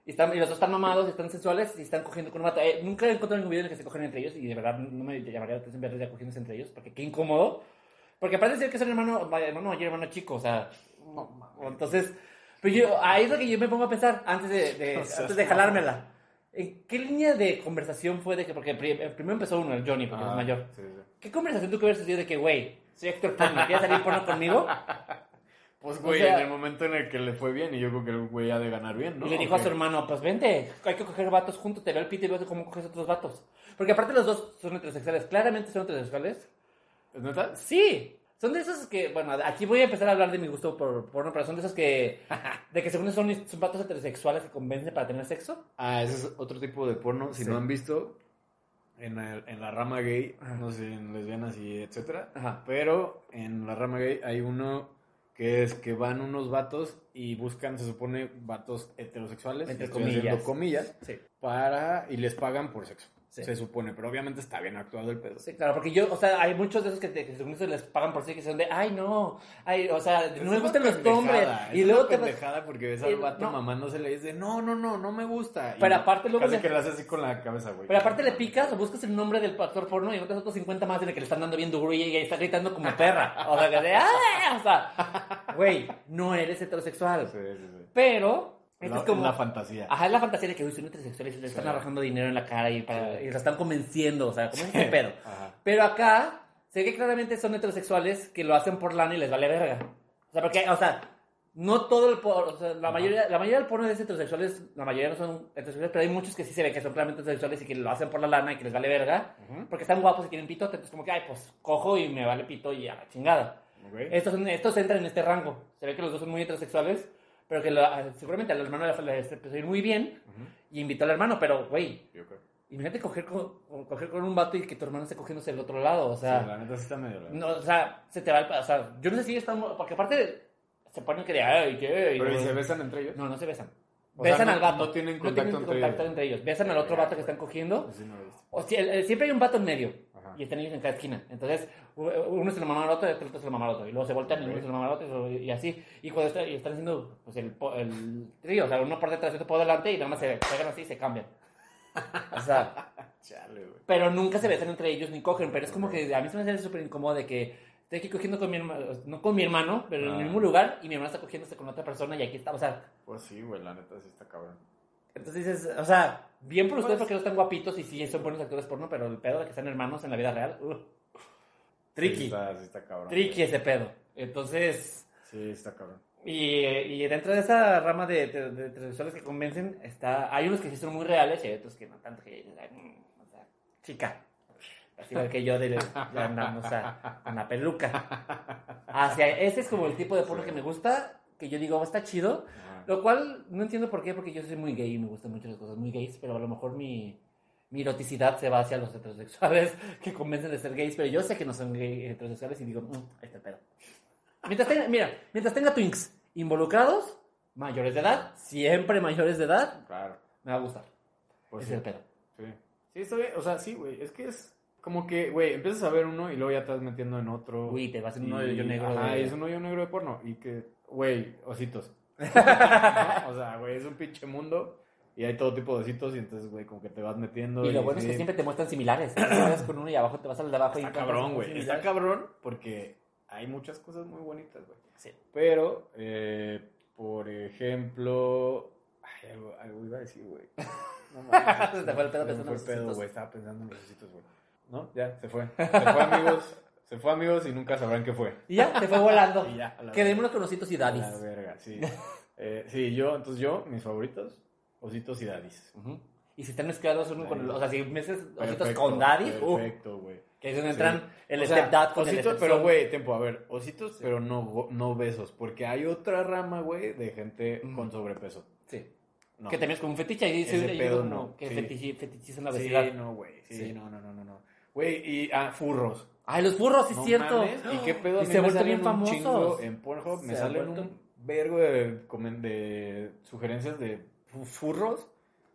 Speaker 1: Y, están, y los dos están mamados, y están sensuales y están cogiendo con un vato. Eh, nunca he encontrado ningún video en el que se cogen entre ellos y de verdad no me llamaría la atención verlos ya cogiéndose entre ellos porque qué incómodo. Porque aparte de ser que son hermano, hermano mayor, hermano chico, o sea, entonces, pero yo, ahí es lo que yo me pongo a pensar antes de, de-
Speaker 2: No seas
Speaker 1: antes de
Speaker 2: mamón.
Speaker 1: jalármela. ¿En qué línea de conversación fue de que, porque pri- eh, primero empezó uno, el Johnny, porque
Speaker 2: Ah,
Speaker 1: es mayor.
Speaker 2: sí, sí.
Speaker 1: ¿Qué conversación tú que hubieras tenido de que, güey, soy actor porno, ¿quieres salir porno conmigo?
Speaker 2: Pues,
Speaker 1: O
Speaker 2: güey,
Speaker 1: sea-
Speaker 2: en el momento en el que le fue bien, y yo creo que el güey ha de ganar bien, ¿no?
Speaker 1: y le dijo
Speaker 2: ¿O
Speaker 1: a su
Speaker 2: qué?
Speaker 1: hermano, pues vente, hay que coger vatos juntos, te veo el pito y veo cómo coges otros vatos. Porque aparte los dos son heterosexuales, claramente son heterosexuales.
Speaker 2: ¿Es neta?
Speaker 1: Sí. Son de esos que, bueno, aquí voy a empezar a hablar de mi gusto por porno, pero son de esos que, de que según son, son vatos heterosexuales que convencen para tener sexo.
Speaker 2: Ah, ese es otro tipo de porno. Si
Speaker 1: Sí.
Speaker 2: no han visto, en, el- en la rama gay,
Speaker 1: Ajá.
Speaker 2: no sé, en lesbianas y etcétera.
Speaker 1: Ajá.
Speaker 2: Pero en la rama gay hay uno que es que van unos vatos y buscan, se supone, vatos heterosexuales,
Speaker 1: Entre
Speaker 2: estoy haciendo
Speaker 1: comillas.
Speaker 2: comillas,
Speaker 1: Sí.
Speaker 2: para, y les pagan por sexo.
Speaker 1: Sí.
Speaker 2: Se supone, pero obviamente está bien actuado el pedo.
Speaker 1: Sí, claro, porque yo, o sea, hay muchos de esos que, te, que según eso les pagan por sí, que son de, ay, no, ay, o sea, no me
Speaker 2: Es
Speaker 1: gustan
Speaker 2: una
Speaker 1: los hombres.
Speaker 2: pendejada,
Speaker 1: Y
Speaker 2: es
Speaker 1: luego
Speaker 2: una
Speaker 1: te vas-
Speaker 2: pendejada porque ves al
Speaker 1: el-
Speaker 2: vato
Speaker 1: no.
Speaker 2: mamándose y le dice, no, no, no, no me gusta. Y
Speaker 1: Pero aparte luego
Speaker 2: Casi
Speaker 1: le-
Speaker 2: que le hace así con la cabeza, güey.
Speaker 1: Pero aparte le picas o buscas el nombre del actor porno y encuentras otros 50 más de que le están dando bien duro y ella está gritando como perra. O sea, que de, ¡ah! O sea, güey, no eres heterosexual.
Speaker 2: Sí, sí, sí.
Speaker 1: Pero, esto
Speaker 2: La,
Speaker 1: es como...
Speaker 2: la fantasía.
Speaker 1: Ajá, es la fantasía de que uy, son heterosexuales y le están
Speaker 2: Sí.
Speaker 1: arrojando dinero en la cara y, para,
Speaker 2: Sí.
Speaker 1: y la están convenciendo, o sea, como un pedo.
Speaker 2: Ajá.
Speaker 1: Pero acá sé que claramente son heterosexuales que lo hacen por lana y les vale verga. O sea, porque, o sea, no todo el por, o sea, la
Speaker 2: Ajá.
Speaker 1: mayoría, la mayoría del porno es heterosexuales, la mayoría no son heterosexuales, pero hay muchos que sí se ve que son claramente heterosexuales y que lo hacen por la lana y que les vale verga,
Speaker 2: Ujú.
Speaker 1: porque están guapos y tienen pito, entonces como que, ay, pues cojo y me vale pito y a la chingada.
Speaker 2: Ok.
Speaker 1: Estos, son- estos entran en este rango. Se ve que los dos son muy heterosexuales, pero que la- seguramente al hermano le, le empezó a ir muy bien
Speaker 2: Ujú.
Speaker 1: y invitó al hermano, pero, güey,
Speaker 2: Yo creo.
Speaker 1: imagínate coger con, con- coger con un vato y que tu hermano esté cogiéndose el otro lado, o sea...
Speaker 2: Sí, la neta sí está medio raro.
Speaker 1: No, o sea, se te va el... pa- O sea, yo no sé si ellos están... Porque aparte se ponen que de... Ay, ¿qué? Y
Speaker 2: Pero
Speaker 1: no,
Speaker 2: ¿y se besan entre ellos?
Speaker 1: No, no se besan.
Speaker 2: O sea,
Speaker 1: besan
Speaker 2: no-
Speaker 1: al vato.
Speaker 2: no tienen contacto entre
Speaker 1: contacto
Speaker 2: ellos. Ah.
Speaker 1: entre ellos. Besan al otro vato que están cogiendo.
Speaker 2: Pues Sí, no lo he visto.
Speaker 1: O sea, el- el- siempre hay un vato en medio.
Speaker 2: Ajá.
Speaker 1: Y están ellos en cada esquina. Entonces, u- uno se lo mama al otro, el otro se lo mama al otro. Y luego se voltean y
Speaker 2: Ok.
Speaker 1: uno se lo mama al otro y lo- y así. Y cuando está- y están haciendo pues, el, po- el trío, o sea, uno por detrás y otro por delante y nada más se pegan así y se cambian. O sea...
Speaker 2: Chale, güey.
Speaker 1: Pero nunca se besan entre ellos ni cogen. Pero es como que a mí se me hace súper incómodo de que estoy aquí cogiendo con mi hermano, no con mi hermano, pero en
Speaker 2: Ah.
Speaker 1: el mismo lugar y mi hermano está cogiéndose con otra persona y aquí está. O sea,
Speaker 2: Pues sí, güey, la neta sí está cabrón.
Speaker 1: entonces dices, o sea, bien por ustedes
Speaker 2: Pues-
Speaker 1: porque no están guapitos y sí son buenos actores porno, pero el pedo de que sean hermanos en la vida real, uh.
Speaker 2: Sí
Speaker 1: tricky,
Speaker 2: está, sí está cabrón.
Speaker 1: tricky
Speaker 2: güey.
Speaker 1: ese pedo. Entonces,
Speaker 2: Sí, está cabrón.
Speaker 1: y, y dentro de esa rama de, de, de transexuales que convencen, está, hay unos que sí son muy reales y hay otros que no tanto. Que, dices, "Ay, mm, o sea, chica, así igual que yo, de, ya andamos a, con la peluca. Hacia, ese es como el tipo de porno que me gusta, que yo digo, "Oh, está chido.
Speaker 2: Ajá.
Speaker 1: Lo cual no entiendo por qué, porque yo soy muy gay y me gustan mucho las cosas muy gays, pero a lo mejor mi, mi eroticidad se va hacia los heterosexuales que convencen de ser gays, pero yo sé que no son gay heterosexuales y digo, "Mm, ahí está el pedo. Mientras tenga, mira, mientras tenga twinks involucrados, mayores de edad, siempre mayores de edad,
Speaker 2: Claro.
Speaker 1: me va a gustar.
Speaker 2: Pues
Speaker 1: es
Speaker 2: sí.
Speaker 1: el pedo.
Speaker 2: Sí. Sí, está bien. O sea, sí, güey. Es que es como que, güey, empiezas a ver uno y luego ya te vas metiendo en otro.
Speaker 1: Uy, te vas en un
Speaker 2: Y-
Speaker 1: hoyo negro.
Speaker 2: Ajá,
Speaker 1: de-
Speaker 2: es un hoyo negro de porno. Y que, güey, ositos. ¿No? o sea, güey, es un pinche mundo. Y hay todo tipo de ositos. Y entonces, güey, como que te vas metiendo.
Speaker 1: Y lo bueno es que
Speaker 2: sí.
Speaker 1: siempre te muestran similares. Te vas con uno y abajo te vas al de abajo. y
Speaker 2: Está
Speaker 1: encuentras
Speaker 2: cabrón,
Speaker 1: un
Speaker 2: güey. Está
Speaker 1: similar.
Speaker 2: cabrón porque hay muchas cosas muy bonitas, güey.
Speaker 1: Sí.
Speaker 2: Pero, eh, por ejemplo. Ay, algo, algo iba a decir, güey. No mames,
Speaker 1: Se te fue el pedo
Speaker 2: se me
Speaker 1: pensando en
Speaker 2: fue el
Speaker 1: los
Speaker 2: pedo,
Speaker 1: ositos.
Speaker 2: güey. Estaba pensando en los ositos, güey. ¿No? Ya, se fue. Se fue, amigos. Se fue, amigos, y nunca sabrán qué fue.
Speaker 1: Y ya, te fue volando.
Speaker 2: Y ya, a la
Speaker 1: Quedémonos con ositos y daddies.
Speaker 2: La verga, sí. Eh, sí, yo, entonces yo, mis favoritos, ositos y daddies.
Speaker 1: Ujú. Y si están mezclados uno con el, o sea, si mezclas ositos
Speaker 2: Perfecto,
Speaker 1: con daddy, uh,
Speaker 2: Perfecto, güey.
Speaker 1: que es donde
Speaker 2: Sí.
Speaker 1: entran el
Speaker 2: O sea,
Speaker 1: step dad con el
Speaker 2: ositos,
Speaker 1: step
Speaker 2: pero
Speaker 1: son.
Speaker 2: güey, tiempo, a ver, ositos, pero no, go- no besos, porque hay otra rama, güey, de gente
Speaker 1: Ujú.
Speaker 2: con sobrepeso.
Speaker 1: Sí.
Speaker 2: No.
Speaker 1: Que te metes con un fetiche y dices,
Speaker 2: Ese
Speaker 1: y
Speaker 2: pedo
Speaker 1: como
Speaker 2: no,
Speaker 1: que
Speaker 2: sí.
Speaker 1: fetichi- fetichizan la
Speaker 2: Sí,
Speaker 1: obesidad.
Speaker 2: no, güey, sí,
Speaker 1: Sí.
Speaker 2: no, no, no, no, no. Güey, y ah, furros.
Speaker 1: Ay, los burros, sí es
Speaker 2: No
Speaker 1: cierto.
Speaker 2: mames, ¿Y qué pedo? A
Speaker 1: Y
Speaker 2: mí
Speaker 1: se
Speaker 2: me
Speaker 1: vuelven
Speaker 2: salen
Speaker 1: bien
Speaker 2: un
Speaker 1: famosos.
Speaker 2: chingo En Pornhub me
Speaker 1: Se
Speaker 2: salen
Speaker 1: vuelto-
Speaker 2: un vergo de, comen- de sugerencias de fu- furros.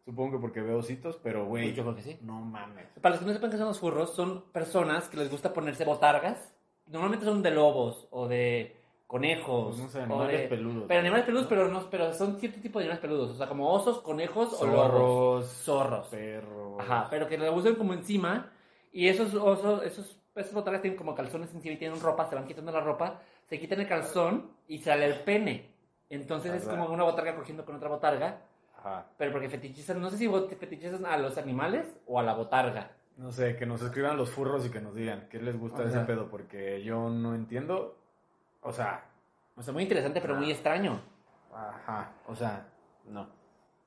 Speaker 2: Supongo que porque veo ositos, pero güey.
Speaker 1: Yo creo que sí.
Speaker 2: No mames.
Speaker 1: Para los que no sepan qué son los furros, son personas que les gusta ponerse botargas. Normalmente son de lobos o de conejos.
Speaker 2: Pues no sé,
Speaker 1: o
Speaker 2: animales
Speaker 1: de-
Speaker 2: peludos.
Speaker 1: Pero animales peludos,
Speaker 2: ¿no?
Speaker 1: pero, no, pero son cierto tipo de animales peludos. O sea, como osos, conejos o lobos.
Speaker 2: zorros,
Speaker 1: Zorros.
Speaker 2: perros.
Speaker 1: Ajá, pero que lo usan como encima. Y esos osos, esos, esos botargas tienen como calzones encima y tienen ropa, se van quitando la ropa, se quitan el calzón y sale el pene. Entonces es
Speaker 2: Ajá.
Speaker 1: como una botarga cogiendo con otra botarga,
Speaker 2: Ajá.
Speaker 1: pero porque fetichizan, no sé si bot- fetichizan a los animales o a la botarga.
Speaker 2: No sé, que nos escriban los furros y que nos digan qué les gusta de ese
Speaker 1: Ajá.
Speaker 2: pedo, porque yo no entiendo. O sea,
Speaker 1: O sea, muy interesante, pero
Speaker 2: Ah.
Speaker 1: muy extraño.
Speaker 2: ajá, o sea, no.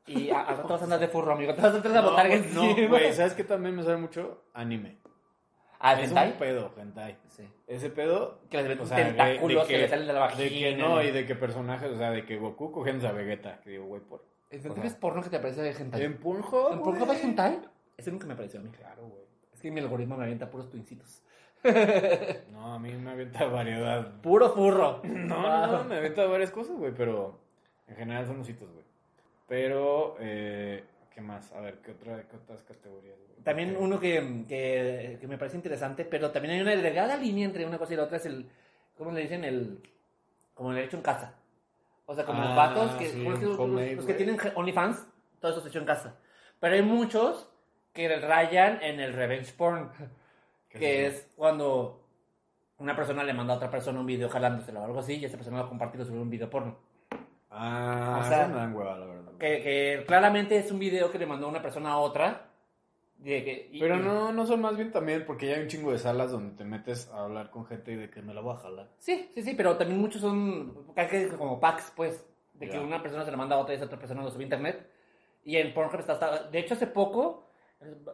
Speaker 1: Y a- al rato vas a andar de furro, amigo. Te vas a meter la botarga
Speaker 2: güey, no,
Speaker 1: encima.
Speaker 2: güey, ¿sabes qué también me sale mucho? Anime.
Speaker 1: ¿Ah, el
Speaker 2: es un
Speaker 1: hentai?
Speaker 2: pedo, hentai.
Speaker 1: Sí.
Speaker 2: Ese pedo
Speaker 1: Que les meten
Speaker 2: O sea,
Speaker 1: tentáculos,
Speaker 2: de- de
Speaker 1: que, le salen de la vagina.
Speaker 2: de que no, y de que personajes, o sea, de que Goku cogiendo a Vegeta, que digo, güey, por...
Speaker 1: ¿Es porno que te aparece de hentai?
Speaker 2: En Punjo,
Speaker 1: ¿En porno de hentai? Ese nunca me apareció a mí.
Speaker 2: Claro, güey.
Speaker 1: Es que mi algoritmo me avienta puros twincitos.
Speaker 2: No, a mí me avienta variedad.
Speaker 1: Puro furro.
Speaker 2: No, no, no, me avienta varias cosas, güey, pero en general son ositos, güey. Pero, eh, ¿qué más? A ver, ¿qué, otra, qué otras categorías? güey?
Speaker 1: También
Speaker 2: Porque-
Speaker 1: uno que, que- que me parece interesante, pero también hay una delgada línea entre una cosa y la otra, es el, ¿cómo le dicen? El, como el hecho en casa. O sea, como
Speaker 2: Ah,
Speaker 1: los vatos, que,
Speaker 2: sí,
Speaker 1: ¿cómo es que los,
Speaker 2: homemade,
Speaker 1: los que
Speaker 2: güey.
Speaker 1: tienen OnlyFans, todo eso es hecho en casa. Pero hay muchos que rayan en el revenge porn,
Speaker 2: ¿Qué
Speaker 1: que
Speaker 2: es eso?
Speaker 1: es cuando una persona le manda a otra persona un video jalándoselo o algo así, y esa persona lo comparte y lo sube a un video porno.
Speaker 2: Ah,
Speaker 1: o sea,
Speaker 2: esas me dan hueva, la verdad.
Speaker 1: Que, que claramente es un video que le mandó una persona a otra. de que- y-
Speaker 2: Pero
Speaker 1: y-
Speaker 2: no, no son más bien también, porque ya hay un chingo de salas donde te metes a hablar con gente y de que me la voy a jalar.
Speaker 1: Sí, sí, sí, pero también muchos son casi como packs, pues, de que
Speaker 2: Ya.
Speaker 1: una persona se la manda a otra y esa otra persona lo sube a internet. Y en Pornhub está hasta... De hecho, hace poco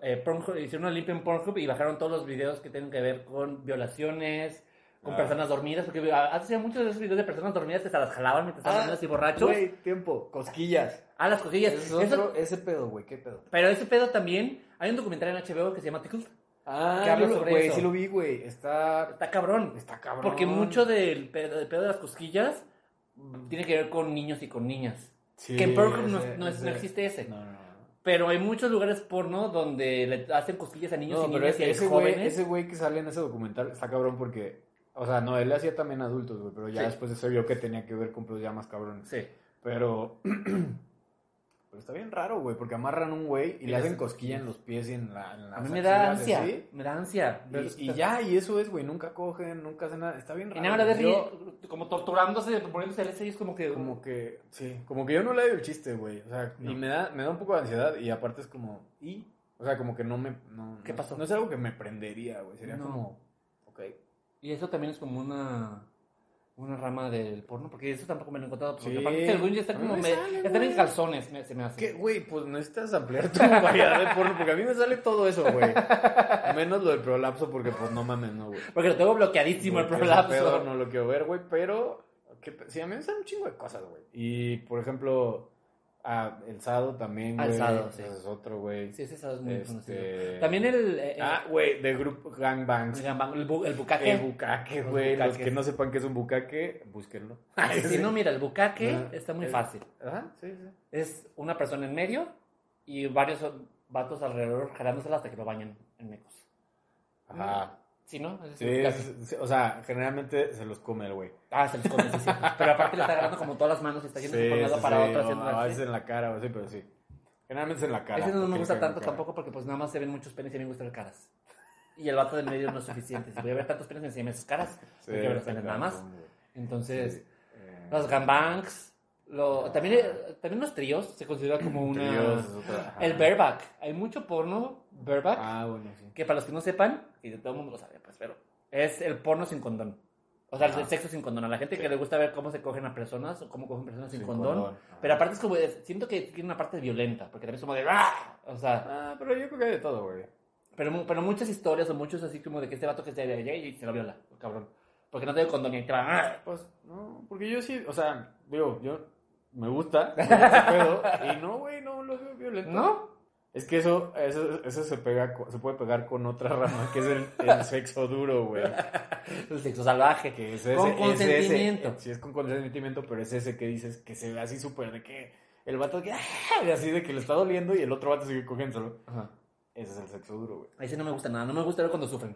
Speaker 1: eh, Pornhub, hicieron una limpia en Pornhub y bajaron todos los videos que tienen que ver con violaciones, con
Speaker 2: Ah.
Speaker 1: personas dormidas, porque a- antes había muchos de esos videos de personas dormidas que se las jalaban mientras estaban
Speaker 2: Ah,
Speaker 1: dormidas y borrachos.
Speaker 2: tiempo, cosquillas.
Speaker 1: Ah, las cosillas. Eso-
Speaker 2: ese pedo, güey, qué pedo.
Speaker 1: pero ese pedo también... Hay un documental en HBO que se llama Tickled.
Speaker 2: Ah,
Speaker 1: Que habla
Speaker 2: yo lo-
Speaker 1: sobre
Speaker 2: güey,
Speaker 1: eso.
Speaker 2: sí lo vi, güey. Está,
Speaker 1: Está cabrón.
Speaker 2: está cabrón.
Speaker 1: Porque mucho del pedo, del pedo de las cosquillas mm, tiene que ver con niños y con niñas.
Speaker 2: Sí,
Speaker 1: que en Pornhub no,
Speaker 2: ese-
Speaker 1: no es- no
Speaker 2: ese-
Speaker 1: existe ese.
Speaker 2: No, no, no.
Speaker 1: Pero hay muchos lugares porno donde le hacen cosquillas a niños
Speaker 2: No,
Speaker 1: y
Speaker 2: pero
Speaker 1: niñas y
Speaker 2: ese,
Speaker 1: a
Speaker 2: ese güey,
Speaker 1: jóvenes.
Speaker 2: ese güey que sale en ese documental está cabrón porque, o sea, no, él le hacía también adultos, güey, pero ya
Speaker 1: Sí.
Speaker 2: después de eso vio que tenía que ver con pues, ya más cabrones.
Speaker 1: Sí.
Speaker 2: Pero, pero está bien raro, güey, porque amarran a un güey y,
Speaker 1: Y
Speaker 2: le
Speaker 1: le
Speaker 2: hacen
Speaker 1: hacen-
Speaker 2: cosquilla en los pies y en la. en las
Speaker 1: A mí me da
Speaker 2: axilas y
Speaker 1: ansia.
Speaker 2: así.
Speaker 1: Me da ansia.
Speaker 2: Y-
Speaker 1: ver
Speaker 2: Y,
Speaker 1: estas-
Speaker 2: ya, y eso es, güey, nunca cogen, nunca hacen nada. Está
Speaker 1: Y
Speaker 2: bien raro.
Speaker 1: nada, la ves
Speaker 2: Yo-
Speaker 1: ri- como torturándose, poniéndose al ese y es como que...
Speaker 2: Como que, sí, como que yo no le doy el chiste, güey. O sea, y
Speaker 1: No.
Speaker 2: me da, me da un poco de ansiedad y aparte es como, ¿y? O sea, como que no me. No,
Speaker 1: ¿Qué
Speaker 2: no-
Speaker 1: pasó?
Speaker 2: No es algo que me prendería, güey. Sería
Speaker 1: No.
Speaker 2: como, ok.
Speaker 1: Y eso también es como una... Una rama del porno, porque eso tampoco me lo he encontrado. Porque
Speaker 2: Sí.
Speaker 1: aparte el güey ya está
Speaker 2: A mí
Speaker 1: como...
Speaker 2: me
Speaker 1: me-
Speaker 2: sale,
Speaker 1: están en
Speaker 2: güey.
Speaker 1: calzones, me- se me hace.
Speaker 2: Que, güey, pues necesitas ampliar tu variedad de porno porque a mí me sale todo eso, güey. Menos lo del prolapso porque, pues, no mames, no, güey.
Speaker 1: Porque lo tengo bloqueadísimo el
Speaker 2: Porque ese
Speaker 1: prolapso.
Speaker 2: pedo no lo quiero ver, güey, pero... que- sí, a mí me salen un chingo de cosas, güey. Y, por ejemplo, ah, el Sado también,
Speaker 1: Ah, el
Speaker 2: güey.
Speaker 1: Sado,
Speaker 2: ese
Speaker 1: sí.
Speaker 2: Es otro, güey.
Speaker 1: Sí, ese sábado es muy
Speaker 2: Este-
Speaker 1: conocido. También el... eh,
Speaker 2: Ah, güey, de grupo
Speaker 1: el,
Speaker 2: Gangbangs.
Speaker 1: gambang- el, bu- el bucaque.
Speaker 2: El bucaque,
Speaker 1: Los
Speaker 2: güey. Los
Speaker 1: bucaques.
Speaker 2: que no sepan qué es un bucaque, búsquenlo.
Speaker 1: si no, mira, el bucaque
Speaker 2: Ah,
Speaker 1: está muy
Speaker 2: el-
Speaker 1: fácil.
Speaker 2: Ajá, sí, sí.
Speaker 1: Es una persona en medio y varios vatos alrededor jalándosela hasta que lo bañan en mecos.
Speaker 2: Ajá.
Speaker 1: ¿Sí, no? Ese Mm. es
Speaker 2: Sí,
Speaker 1: el bucaque.
Speaker 2: es- sí, o sea, generalmente se los come el güey.
Speaker 1: Ah, se los come, sí, sí. Pero aparte le está agarrando como todas las manos y está yendo
Speaker 2: Sí,
Speaker 1: por un lado
Speaker 2: sí,
Speaker 1: para
Speaker 2: sí,
Speaker 1: otro
Speaker 2: o
Speaker 1: haciendo
Speaker 2: A
Speaker 1: así.
Speaker 2: veces en la cara, o así, pero sí. Generalmente es en la cara.
Speaker 1: Ese no me
Speaker 2: porque
Speaker 1: gusta
Speaker 2: le cae en
Speaker 1: tanto
Speaker 2: la cara.
Speaker 1: tampoco porque pues nada más se ven muchos penes y a mí me gustan las caras. Y el vato del medio no es suficiente. Si voy a ver tantos penes encima de sus caras,
Speaker 2: Sí,
Speaker 1: hay que ver los
Speaker 2: está
Speaker 1: penes nada
Speaker 2: cabrón,
Speaker 1: más.
Speaker 2: güey.
Speaker 1: Entonces,
Speaker 2: Sí. Eh,
Speaker 1: los gambangs, lo, también, eh, también los tríos se considera como una...
Speaker 2: tríos, es otra, ajá.
Speaker 1: El bareback. Hay mucho porno bareback.
Speaker 2: Ah, bueno, sí.
Speaker 1: Que para los que no sepan, y de todo el mundo lo sabe, pues, pero es el porno sin condón. O sea,
Speaker 2: Ajá.
Speaker 1: el sexo sin condón. A la gente
Speaker 2: Sí.
Speaker 1: que le gusta ver cómo se cogen a personas o cómo cogen personas sin,
Speaker 2: Sin
Speaker 1: condón.
Speaker 2: condón, Ah. ajá.
Speaker 1: Pero aparte es como, es- siento que tiene una parte violenta, porque también es como de, ¡ah! O sea,
Speaker 2: Ah, pero yo creo que hay de todo, güey.
Speaker 1: pero, mu- pero muchas historias o muchos así como de que este vato que se llega y se lo viola, cabrón. Porque no tengo condón y ahí te va, ¡ah!
Speaker 2: Pues, no, porque yo sí, o sea, digo, yo me gusta, me gusta ese pedo, y no, güey, no lo veo violento.
Speaker 1: ¿No?
Speaker 2: Es que eso, eso, eso se pega, co- se puede pegar con otra rama, que es el, el sexo duro, güey.
Speaker 1: El sexo salvaje.
Speaker 2: Que es ese,
Speaker 1: Con
Speaker 2: es
Speaker 1: consentimiento.
Speaker 2: ese, eh, sí, es con consentimiento, pero es ese que dices que se ve así súper de que el vato que, ¡ah! y así de que le está doliendo y el otro vato sigue cogiéndolo.
Speaker 1: Ajá.
Speaker 2: Ese es el sexo duro, güey.
Speaker 1: Ese no me gusta nada, no me gusta ver cuando sufren.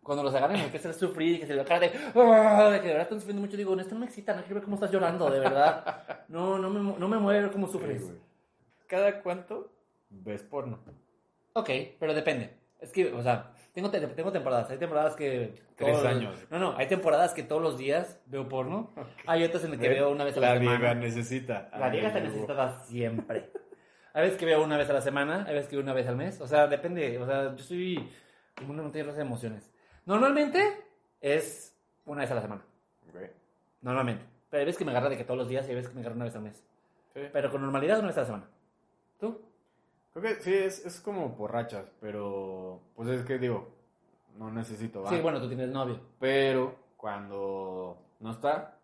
Speaker 1: Cuando los agarran y empiezan a sufrir, que se le cara de, "Ah", de que de verdad están sufriendo mucho, digo, no, esto no me excita, no quiero ver cómo estás llorando, de verdad. No, no me, mu- no me mueve ver cómo sufres.
Speaker 2: Sí, güey. ¿Cada cuánto ves porno?
Speaker 1: ok, pero depende. Es que, o sea, tengo, te- tengo temporadas, hay temporadas que...
Speaker 2: Tres
Speaker 1: todos los-
Speaker 2: años.
Speaker 1: No, no, hay temporadas que todos los días veo porno, hay otras en las que
Speaker 2: Ve,
Speaker 1: veo una vez a la,
Speaker 2: La
Speaker 1: semana.
Speaker 2: liga necesita.
Speaker 1: La liga está necesitada siempre. Hay veces que veo una vez a la semana, hay veces que veo una vez al mes. O sea, depende. O sea, yo soy como una montaña rusa de emociones. Normalmente es una vez a la semana.
Speaker 2: Güey.
Speaker 1: Normalmente. Pero hay veces que me agarra de que todos los días y hay veces que me agarra una vez al mes.
Speaker 2: Sí.
Speaker 1: Pero con normalidad una vez a la semana. ¿Tú?
Speaker 2: Creo que sí, es, es como borrachas, pero pues es que digo, no necesito. ¿va?
Speaker 1: Sí, bueno, tú tienes novio.
Speaker 2: Pero cuando no está,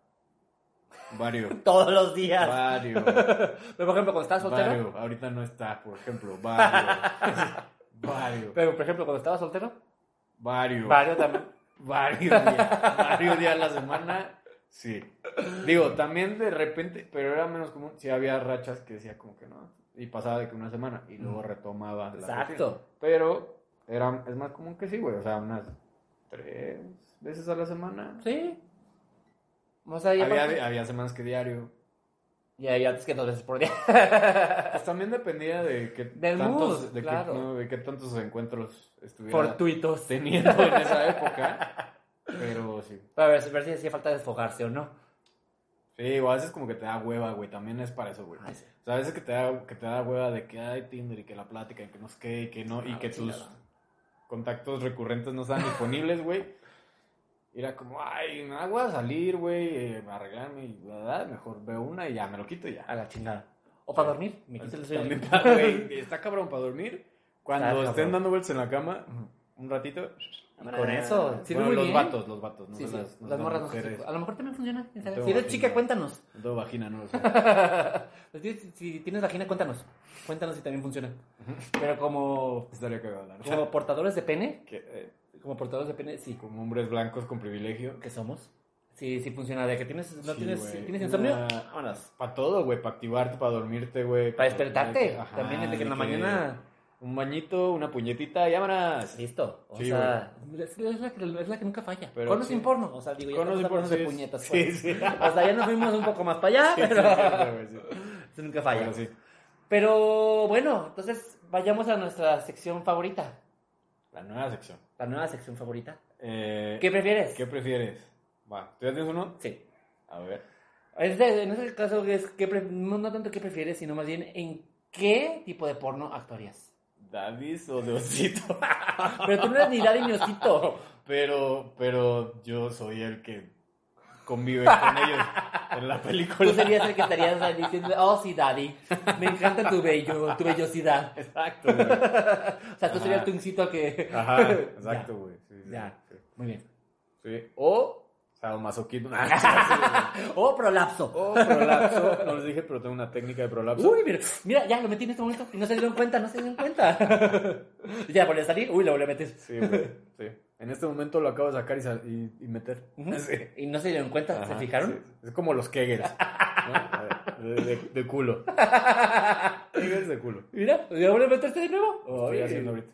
Speaker 2: vario.
Speaker 1: Todos los días.
Speaker 2: Vario.
Speaker 1: Pero por ejemplo, cuando estás soltero.
Speaker 2: Vario. Ahorita no está, por ejemplo, vario. Vario.
Speaker 1: Pero, por ejemplo, cuando estaba soltero,
Speaker 2: Vario.
Speaker 1: varios también.
Speaker 2: Varios días. varios días a la semana. Sí. Digo, también de repente, pero era menos común. Sí había rachas que decía como que no. Y pasaba de que una semana. Y luego retomaba. la rutina.
Speaker 1: Mm. Exacto.
Speaker 2: Pero era, es más común que sí, güey. O sea, unas tres veces a la semana.
Speaker 1: Sí. O sea, y, aparte-
Speaker 2: Había, había semanas que diario.
Speaker 1: y hay antes que dos veces por día.
Speaker 2: Pues también dependía de qué
Speaker 1: Del
Speaker 2: tantos,
Speaker 1: mood,
Speaker 2: de qué-
Speaker 1: claro.
Speaker 2: no, de qué tantos encuentros estuviera
Speaker 1: Fortuitos.
Speaker 2: teniendo en esa época. Pero sí.
Speaker 1: Para ver, ver si hacía falta desfogarse o no.
Speaker 2: Sí, o a veces como que te da hueva, güey. También es para eso, güey.
Speaker 1: Ay, Ah, sí.
Speaker 2: O sea, a veces que te da, que te da hueva de que hay Tinder y que la plática y que no sé qué y que no. y
Speaker 1: Ah,
Speaker 2: que tus
Speaker 1: chingada.
Speaker 2: contactos recurrentes no están disponibles, güey. Y era como, ay, me da hueva salir, güey, eh, arreglarme y ¿verdad? mejor veo una y ya, me lo quito y ya.
Speaker 1: A la chingada. O para dormir. Me quito el
Speaker 2: También
Speaker 1: sueño.
Speaker 2: pa- güey, está cabrón para dormir. Cuando
Speaker 1: Está
Speaker 2: estén
Speaker 1: cabrón.
Speaker 2: dando vueltas en la cama, un ratito. y
Speaker 1: Bueno, eso, sirve
Speaker 2: Bueno,
Speaker 1: muy
Speaker 2: los
Speaker 1: bien.
Speaker 2: vatos, los vatos. No
Speaker 1: Sí, sí.
Speaker 2: Las, no
Speaker 1: Las morras no
Speaker 2: mujeres.
Speaker 1: A lo mejor también funciona. quién sabe.
Speaker 2: tengo
Speaker 1: Si eres
Speaker 2: vagina.
Speaker 1: chica, cuéntanos.
Speaker 2: No tengo vagina, no lo sé.
Speaker 1: Pues, si- si tienes vagina, cuéntanos. Cuéntanos si también funciona. Pero como,
Speaker 2: Estaría cagado. la neta.
Speaker 1: como portadores de pene,
Speaker 2: Que, eh,
Speaker 1: como portadores de pene, sí.
Speaker 2: como hombres blancos con privilegio.
Speaker 1: que somos. Sí, sí funciona. De que tienes, no
Speaker 2: Sí,
Speaker 1: tienes,
Speaker 2: güey.
Speaker 1: tienes insomnio,
Speaker 2: Una-
Speaker 1: vámonos.
Speaker 2: Para todo, güey. Para activarte, para dormirte, güey.
Speaker 1: Para despertarte.
Speaker 2: Ajá,
Speaker 1: También desde que en la
Speaker 2: de que
Speaker 1: mañana.
Speaker 2: Un bañito, una puñetita, llámanos.
Speaker 1: Listo. O
Speaker 2: Sí,
Speaker 1: sea, es, es la que, es la que nunca falla.
Speaker 2: Pero
Speaker 1: Conos
Speaker 2: sí.
Speaker 1: sin porno. O sea, digo, ya
Speaker 2: Conos
Speaker 1: estamos
Speaker 2: sin porno,
Speaker 1: hablando de
Speaker 2: sí.
Speaker 1: puñetas. pues.
Speaker 2: Sí, sí.
Speaker 1: O sea, ya nos fuimos un poco más para allá,
Speaker 2: Sí, sí,
Speaker 1: pero
Speaker 2: sí, sí, güey, sí.
Speaker 1: eso nunca falla.
Speaker 2: Pero sí.
Speaker 1: Pero bueno, entonces vayamos a nuestra sección favorita.
Speaker 2: La nueva sección.
Speaker 1: La nueva sección favorita.
Speaker 2: Eh,
Speaker 1: ¿Qué prefieres?
Speaker 2: ¿Qué prefieres? Va, ¿tú ya tienes uno?
Speaker 1: Sí.
Speaker 2: A ver.
Speaker 1: En este, en este caso es que no, no tanto qué prefieres, sino más bien en qué tipo de porno actuarías.
Speaker 2: Davis o de osito.
Speaker 1: Pero tú no eres ni daddy ni osito.
Speaker 2: Pero, pero yo soy el que convive con ellos en la
Speaker 1: Tú
Speaker 2: película.
Speaker 1: serías el que estarías ahí diciendo, oh sí, daddy, me encanta tu bello, tu vellosidad.
Speaker 2: Exacto, güey.
Speaker 1: O sea, tú serías el tuncito que...
Speaker 2: Ajá, exacto, güey. Sí, sí,
Speaker 1: Ya.
Speaker 2: sí.
Speaker 1: Muy bien.
Speaker 2: Sí. O sadomasoquismo. Ah, sí, sí, sí.
Speaker 1: Oh, prolapso.
Speaker 2: o prolapso. No les dije, pero tengo una técnica de prolapso.
Speaker 1: Uy, mira, mira, ya lo metí en este momento y no se dieron cuenta, no se dieron cuenta. ya, volví a salir, uy, lo volví a meter.
Speaker 2: Sí, güey. Sí. En este momento lo acabo de sacar y, sal- y- y meter.
Speaker 1: Ujú.
Speaker 2: Sí.
Speaker 1: Y no se dieron cuenta, ¿se
Speaker 2: Ajá,
Speaker 1: fijaron?
Speaker 2: sí. Es como los Kegels. ¿no? De, de- de culo. Kegels de culo.
Speaker 1: Mira, ya volví a meterse de nuevo.
Speaker 2: Estoy
Speaker 1: Ay,
Speaker 2: haciendo ahorita.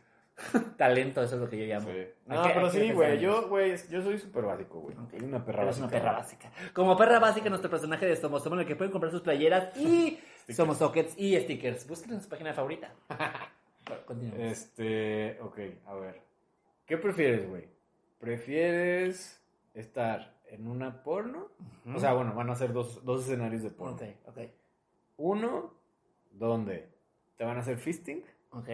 Speaker 1: Talento, eso es lo que yo llamo.
Speaker 2: Sí.
Speaker 1: Hay
Speaker 2: No,
Speaker 1: que-
Speaker 2: pero
Speaker 1: hay que
Speaker 2: sí, güey.
Speaker 1: pensar en
Speaker 2: Yo, güey, yo soy súper básico, güey. Soy una perra
Speaker 1: Eres
Speaker 2: básica.
Speaker 1: una perra básica. Como perra básica, nuestro personaje de Somos Somos, en el que pueden comprar sus playeras y Somos Sockets y stickers. Busquen en su página favorita. Bueno, Continuemos.
Speaker 2: Este, ok, a ver. ¿Qué prefieres, güey? ¿Prefieres estar en una porno? O sea, bueno, van a ser dos, dos escenarios de porno.
Speaker 1: ok, ok,
Speaker 2: Uno, donde te van a hacer fisting
Speaker 1: ok.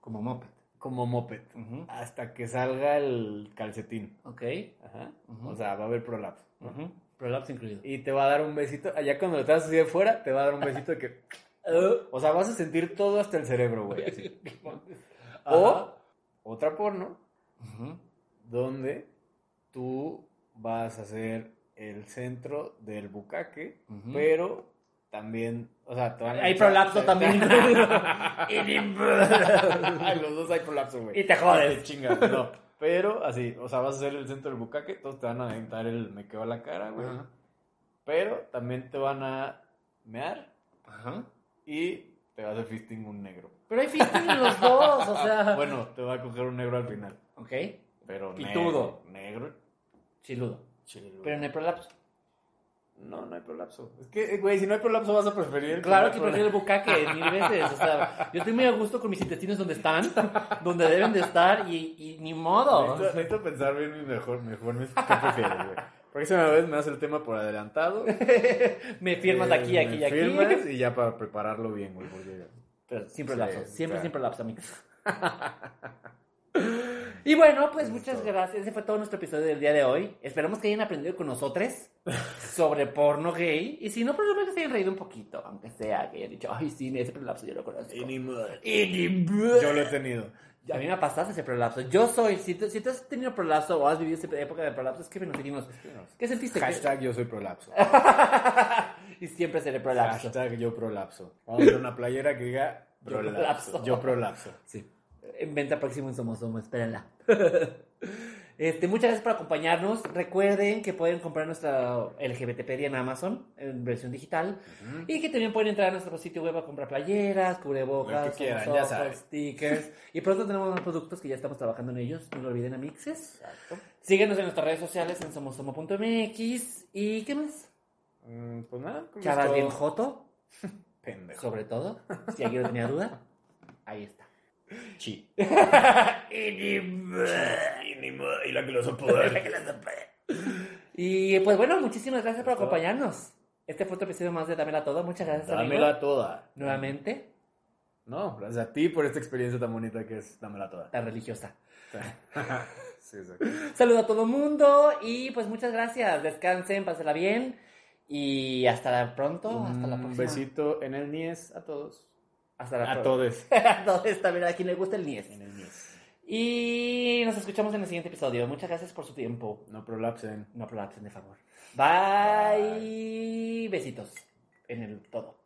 Speaker 1: Como moped.
Speaker 2: como moped.
Speaker 1: Ujú,
Speaker 2: Hasta que salga el calcetín.
Speaker 1: Ok.
Speaker 2: Ajá.
Speaker 1: Ujú.
Speaker 2: O sea, va a haber prolapso. ¿no?
Speaker 1: ujú, Prolapso incluido.
Speaker 2: Y te va a dar un besito. Allá cuando lo estás así de fuera, te va a dar un besito de que.
Speaker 1: Uh,
Speaker 2: O sea, vas a sentir todo hasta el cerebro, güey. así.
Speaker 1: Ajá.
Speaker 2: O otra porno,
Speaker 1: ujú,
Speaker 2: donde tú vas a ser el centro del bucaque,
Speaker 1: ujú.
Speaker 2: pero también. O sea, te van a
Speaker 1: Pues, Hay
Speaker 2: echar-
Speaker 1: prolapso también incluido. Y-
Speaker 2: Los dos hay prolapso, güey.
Speaker 1: y te jodes.
Speaker 2: Te chingas, no. Pero así, o sea, vas a ser el centro del bucaque, todos te van a aventar el me quedó la cara, güey.
Speaker 1: Ajá.
Speaker 2: Pero también te van a mear
Speaker 1: Ajá.
Speaker 2: y te va a hacer fisting un negro.
Speaker 1: Pero hay fisting en los dos, o sea.
Speaker 2: Bueno, te va a coger un negro al final.
Speaker 1: Ok.
Speaker 2: Pero
Speaker 1: Pitudo.
Speaker 2: negro. Negro.
Speaker 1: Chiludo.
Speaker 2: Chilo.
Speaker 1: Pero no hay prolapso.
Speaker 2: No, no hay prolapso. Es que, eh, güey, si no hay prolapso vas a preferir. el
Speaker 1: Claro que
Speaker 2: prolapso.
Speaker 1: prefiero el bucaque mil veces. O sea, yo estoy muy a gusto con mis intestinos donde están, donde deben de estar y, y ni modo.
Speaker 2: Necesito, necesito pensar bien mi mejor, mejor mis qué prefieres, güey. Próxima vez me das el tema por adelantado.
Speaker 1: Me firmas
Speaker 2: Eh,
Speaker 1: aquí, aquí
Speaker 2: me
Speaker 1: y aquí.
Speaker 2: Firmas y ya para prepararlo bien, güey, porque
Speaker 1: Pero siempre
Speaker 2: Sí,
Speaker 1: lapso, siempre,
Speaker 2: claro.
Speaker 1: siempre lapso, amigos. Y bueno, pues
Speaker 2: Eso es
Speaker 1: muchas
Speaker 2: todo.
Speaker 1: gracias. Ese fue todo nuestro episodio del día de hoy. Esperamos que hayan aprendido con nosotros sobre porno gay. Y si no, por lo menos se hayan reído un poquito, aunque sea que hayan dicho, ay, sí, ese prolapso yo lo conozco.
Speaker 2: Y ni madre.
Speaker 1: Y ni-
Speaker 2: Yo lo he tenido.
Speaker 1: A mí me pasaste ese prolapso. Yo soy, si tú, si tú has tenido prolapso o has vivido esa época de prolapso, escríbenos y dinos, ¿qué sentiste? ¿Qué-
Speaker 2: Hashtag yo soy prolapso.
Speaker 1: Y siempre seré prolapso.
Speaker 2: Hashtag yo prolapso. Vamos a hacer una playera que diga
Speaker 1: Yo prolapso.
Speaker 2: prolapso. Yo prolapso.
Speaker 1: Sí. En venta próximo en Somos Somos, espérenla. Este, muchas gracias por acompañarnos. Recuerden que pueden comprar nuestra LGBTpedia en Amazon, en versión digital.
Speaker 2: Ujú.
Speaker 1: Y que también pueden entrar a nuestro sitio web a comprar playeras,
Speaker 2: Lo
Speaker 1: cubrebocas,
Speaker 2: que quieran,
Speaker 1: somos
Speaker 2: ya
Speaker 1: ojos,
Speaker 2: saben.
Speaker 1: stickers. Y pronto tenemos más productos que ya estamos trabajando en ellos. No lo olviden, amixes.
Speaker 2: Exacto.
Speaker 1: Síguenos en nuestras redes sociales en somosomo.mx. ¿Y qué más?
Speaker 2: Mm, pues nada, creo que es
Speaker 1: Chavas
Speaker 2: todo.
Speaker 1: bien joto,
Speaker 2: Pendejo.
Speaker 1: sobre todo. Si alguien tenía duda, ahí está.
Speaker 2: Chi.
Speaker 1: y la que lo Y pues bueno, muchísimas gracias por
Speaker 2: Por favor.
Speaker 1: acompañarnos. Este fue otro episodio más de Dámela Todo. Muchas gracias, amigo.
Speaker 2: Dámela toda.
Speaker 1: Nuevamente,
Speaker 2: No, gracias a ti por esta experiencia tan bonita que es Dámela toda.
Speaker 1: la religiosa.
Speaker 2: sí, exacto.
Speaker 1: Saludo a todo mundo y pues muchas gracias. Descansen, pásenla bien y hasta pronto. Hasta la
Speaker 2: Un
Speaker 1: próxima.
Speaker 2: besito en el Nies a todos.
Speaker 1: Hasta la próxima.
Speaker 2: A todos.
Speaker 1: A todos también, a quien le gusta el niés.
Speaker 2: En el Nies.
Speaker 1: Y nos escuchamos en el siguiente episodio. Muchas gracias por su tiempo.
Speaker 2: No prolapsen.
Speaker 1: No prolapsen, de favor. Bye. Besitos en el todo.